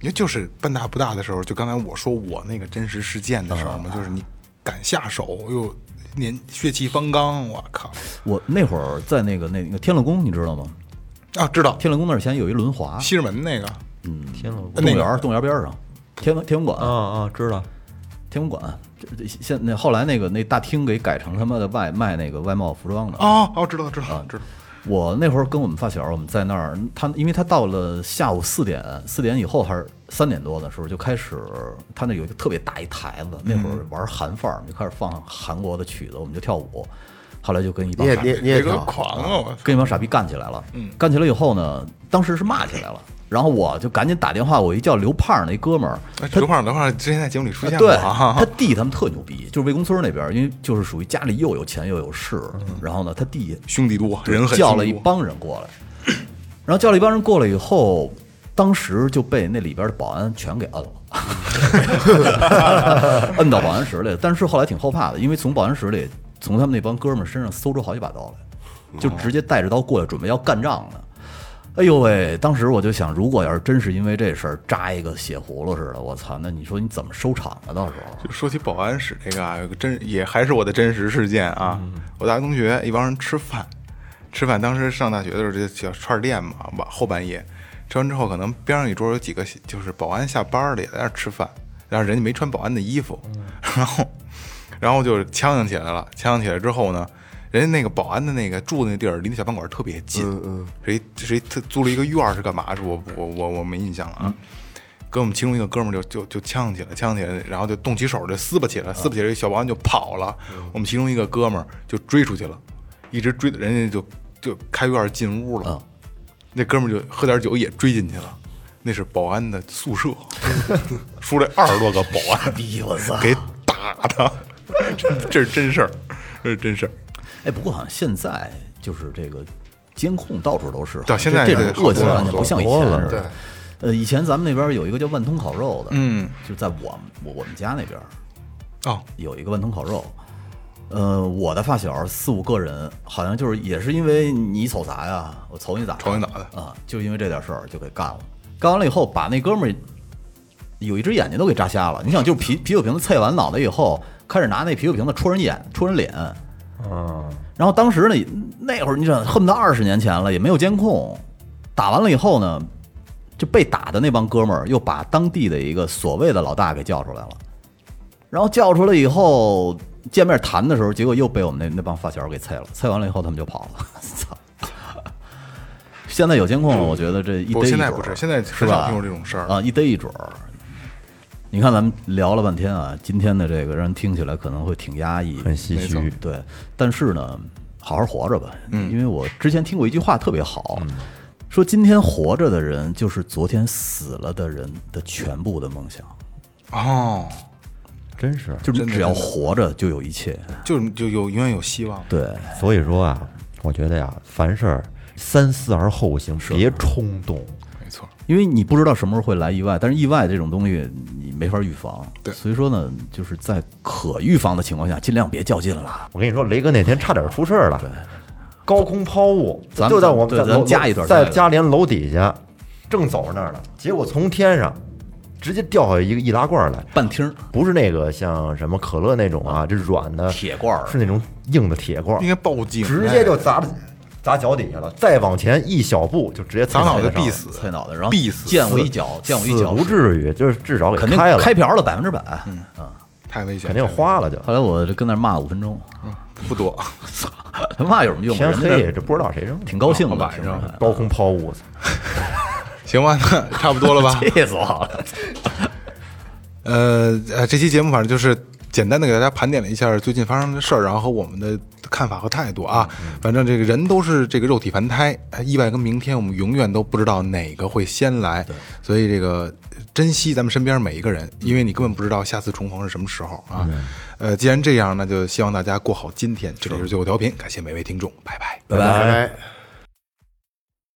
S3: 因为就是半大不大的时候，就刚才我说我那个真实事件的时候
S5: 啊
S3: 嘛，就是你敢下手又年血气方刚，我靠
S5: 我那会儿在那个那个天乐宫，你知道吗？
S3: 啊！知道
S5: 天乐宫那儿以前有一轮滑，
S3: 西直门那个
S2: 天了
S5: 动物园儿动物园儿边儿上，天文天文馆
S2: 呃啊啊，知道。
S5: 天文馆，这这现那后来那个那大厅给改成他妈的外卖那个外贸服装的
S3: 哦哦，知道知道知道，
S5: 我那会儿跟我们发小，我们在那儿，他因为他到了下午四点，四点以后还是三点多的时候就开始，他那有一个特别大一台子，那会儿玩韩范儿，就开始放韩国的曲子，我们就跳舞，后来就跟一
S4: 你
S5: 帮
S4: 也
S5: 傻
S4: 你也你也
S3: 个
S4: 跳，
S3: 狂啊！我
S5: 跟一帮傻逼干起来了，干起来以后呢，当时是骂起来了，然后我就赶紧打电话，我一叫刘胖儿那哥们儿，
S3: 哎刘胖刘胖之前在节目里出现过
S5: 对，
S3: 啊
S5: 他，弟他们特牛逼，就是魏公村那边儿，因为就是属于家里又有钱又有势，然后呢，他弟
S3: 兄弟多，人很
S5: 叫了一
S3: 兄弟多
S5: 帮人过来，然后叫了一帮人过来以后，当时就被那里边的保安全给摁了， 摁到保安室里。但是后来挺后怕的，因为从保安室里从他们那帮哥们儿身上搜出好几把刀来，就直接带着刀过来，准备要干仗呢。哎呦喂！当时我就想，如果要是真是因为这事儿扎一个血葫芦似的，我操！那你说你怎么收场啊？到时候
S3: 就说起保安室这个啊，有个真也还是我的真实事件啊。我大学同学一帮人吃饭，吃饭当时上大学的时候，这小串儿店嘛，晚后半夜吃完之后，可能边上一桌有几个就是保安下班了也在那儿吃饭，然后人家没穿保安的衣服， 然后然后就呛呛起来了。呛呛起来之后呢，人家那个保安的那个住的那地儿离那小饭馆特别近，谁谁特租了一个院儿是干嘛？是我我我我没印象了啊。跟我们其中一个哥们儿就就就呛起来，呛起来，然后就动起手就撕吧
S2: 啊
S3: 起来，撕吧起来，小保安就跑了。
S2: 嗯
S3: 我们其中一个哥们儿就追出去了，一直追，人家就就开院进屋
S2: 啊
S3: 了。那哥们儿就喝点酒也追进去了，那是保安的宿舍， 出来二十多个保安
S5: 逼哎我操！
S3: 给打的，这这是真事儿，这是真事儿。
S5: 哎，不过好像现在就是这个监控到处都是，
S3: 对现在
S5: 这
S3: 这
S5: 这
S3: 个
S5: 种恶性案件
S3: 好多
S5: 不像以前
S2: 了
S5: 似的。呃，以前咱们那边有一个叫万通烤肉的，嗯，就在我们我我们家那边
S3: 哦，
S5: 有一个万通烤肉。呃，我的发小四五个人，好像就是也是因为你瞅啥呀，我瞅你咋，
S3: 瞅你咋的
S5: 啊，就因为这点事儿就给干了。干完了以后，把那哥们儿有一只眼睛都给扎瞎了。你想，就是啤啤酒瓶子啐完脑袋以后，开始拿那啤酒瓶子戳人眼、戳人脸。然后当时呢，那会儿你想，恨不得二十年前了，也没有监控。打完了以后呢，就被打的那帮哥们儿又把当地的一个所谓的老大给叫出来了。然后叫出来以后，见面谈的时候，结果又被我们那那帮发小给啐了。啐完了以后，他们就跑了。 操！现在有监控了，我觉得这一逮一
S3: 不，
S5: 准儿。
S3: 现在不是，现在
S5: 是
S3: 很少
S5: 吧？
S3: 听说这种事儿。
S5: 啊，一逮一准儿。你看咱们聊了半天啊，今天的这个让人听起来可能会挺压抑，
S2: 很唏嘘没错
S5: 对，但是呢，好好活着吧。嗯，因为我之前听过一句话特别好，说今天活着的人就是昨天死了的人的全部的梦想，
S3: 哦，
S2: 真是，
S5: 就是
S3: 真的
S5: 只要
S3: 真的
S5: 活着就有一切。
S3: 就就有永远有希望。
S5: 对，
S2: 所以说啊，我觉得呀，凡事儿三思而后行，别冲动。
S3: 没错，
S5: 因为你不知道什么时候会来意外，但是意外这种东西你没法预防，
S3: 对
S5: 所以说呢，就是在可预防的情况下，尽量别较劲了。
S2: 我跟你说，雷哥那天差点出事儿了，高空抛物，
S5: 咱们
S2: 就在我们
S5: 对
S2: 在
S5: 咱
S2: 楼
S5: 加一段
S2: 在
S5: 加一段
S2: 嘉联楼底下，正走着那儿呢，结果从天上直接掉下一个易拉罐来，
S5: 半听儿
S2: 不是那个像什么可乐那种啊，这软的，
S5: 铁罐儿哎
S2: 是那种硬的铁罐
S3: 应
S2: 儿，
S3: 该报警，
S2: 直接就砸砸脚底下了，再往前一小步就直接
S3: 砸脑袋
S2: 在上
S3: 必
S2: 了
S3: 死，
S5: 菜脑袋，然后
S3: 必死
S5: 溅我一脚，溅我一
S2: 死
S5: 脚
S2: 不，至于，就是至少给
S5: 肯定
S2: 开了，
S5: 开瓢了百分之百。
S3: 太危险，
S2: 肯定花了就。
S5: 后来我就跟那儿骂五分钟，
S3: 不多，
S5: 他骂有什么用啊？
S2: 天
S5: 人家
S2: 黑，这不知道谁扔的，
S5: 挺高兴的，
S3: 晚上
S5: 是吧
S2: 高空抛物，
S3: 行吧，那差不多了吧？
S5: 气死我了。
S3: 呃呃，这期节目反正就是简单的给大家盘点了一下最近发生的事儿，然后和我们的看法和态度啊。反正这个人都是这个肉体凡胎，呃意外跟明天我们永远都不知道哪个会先来，所以这个珍惜咱们身边每一个人，因为你根本不知道下次重逢是什么时候啊。呃，既然这样，那就希望大家过好今天。这里是最后调频，感谢每位听众，拜拜。
S5: 拜
S4: 拜拜。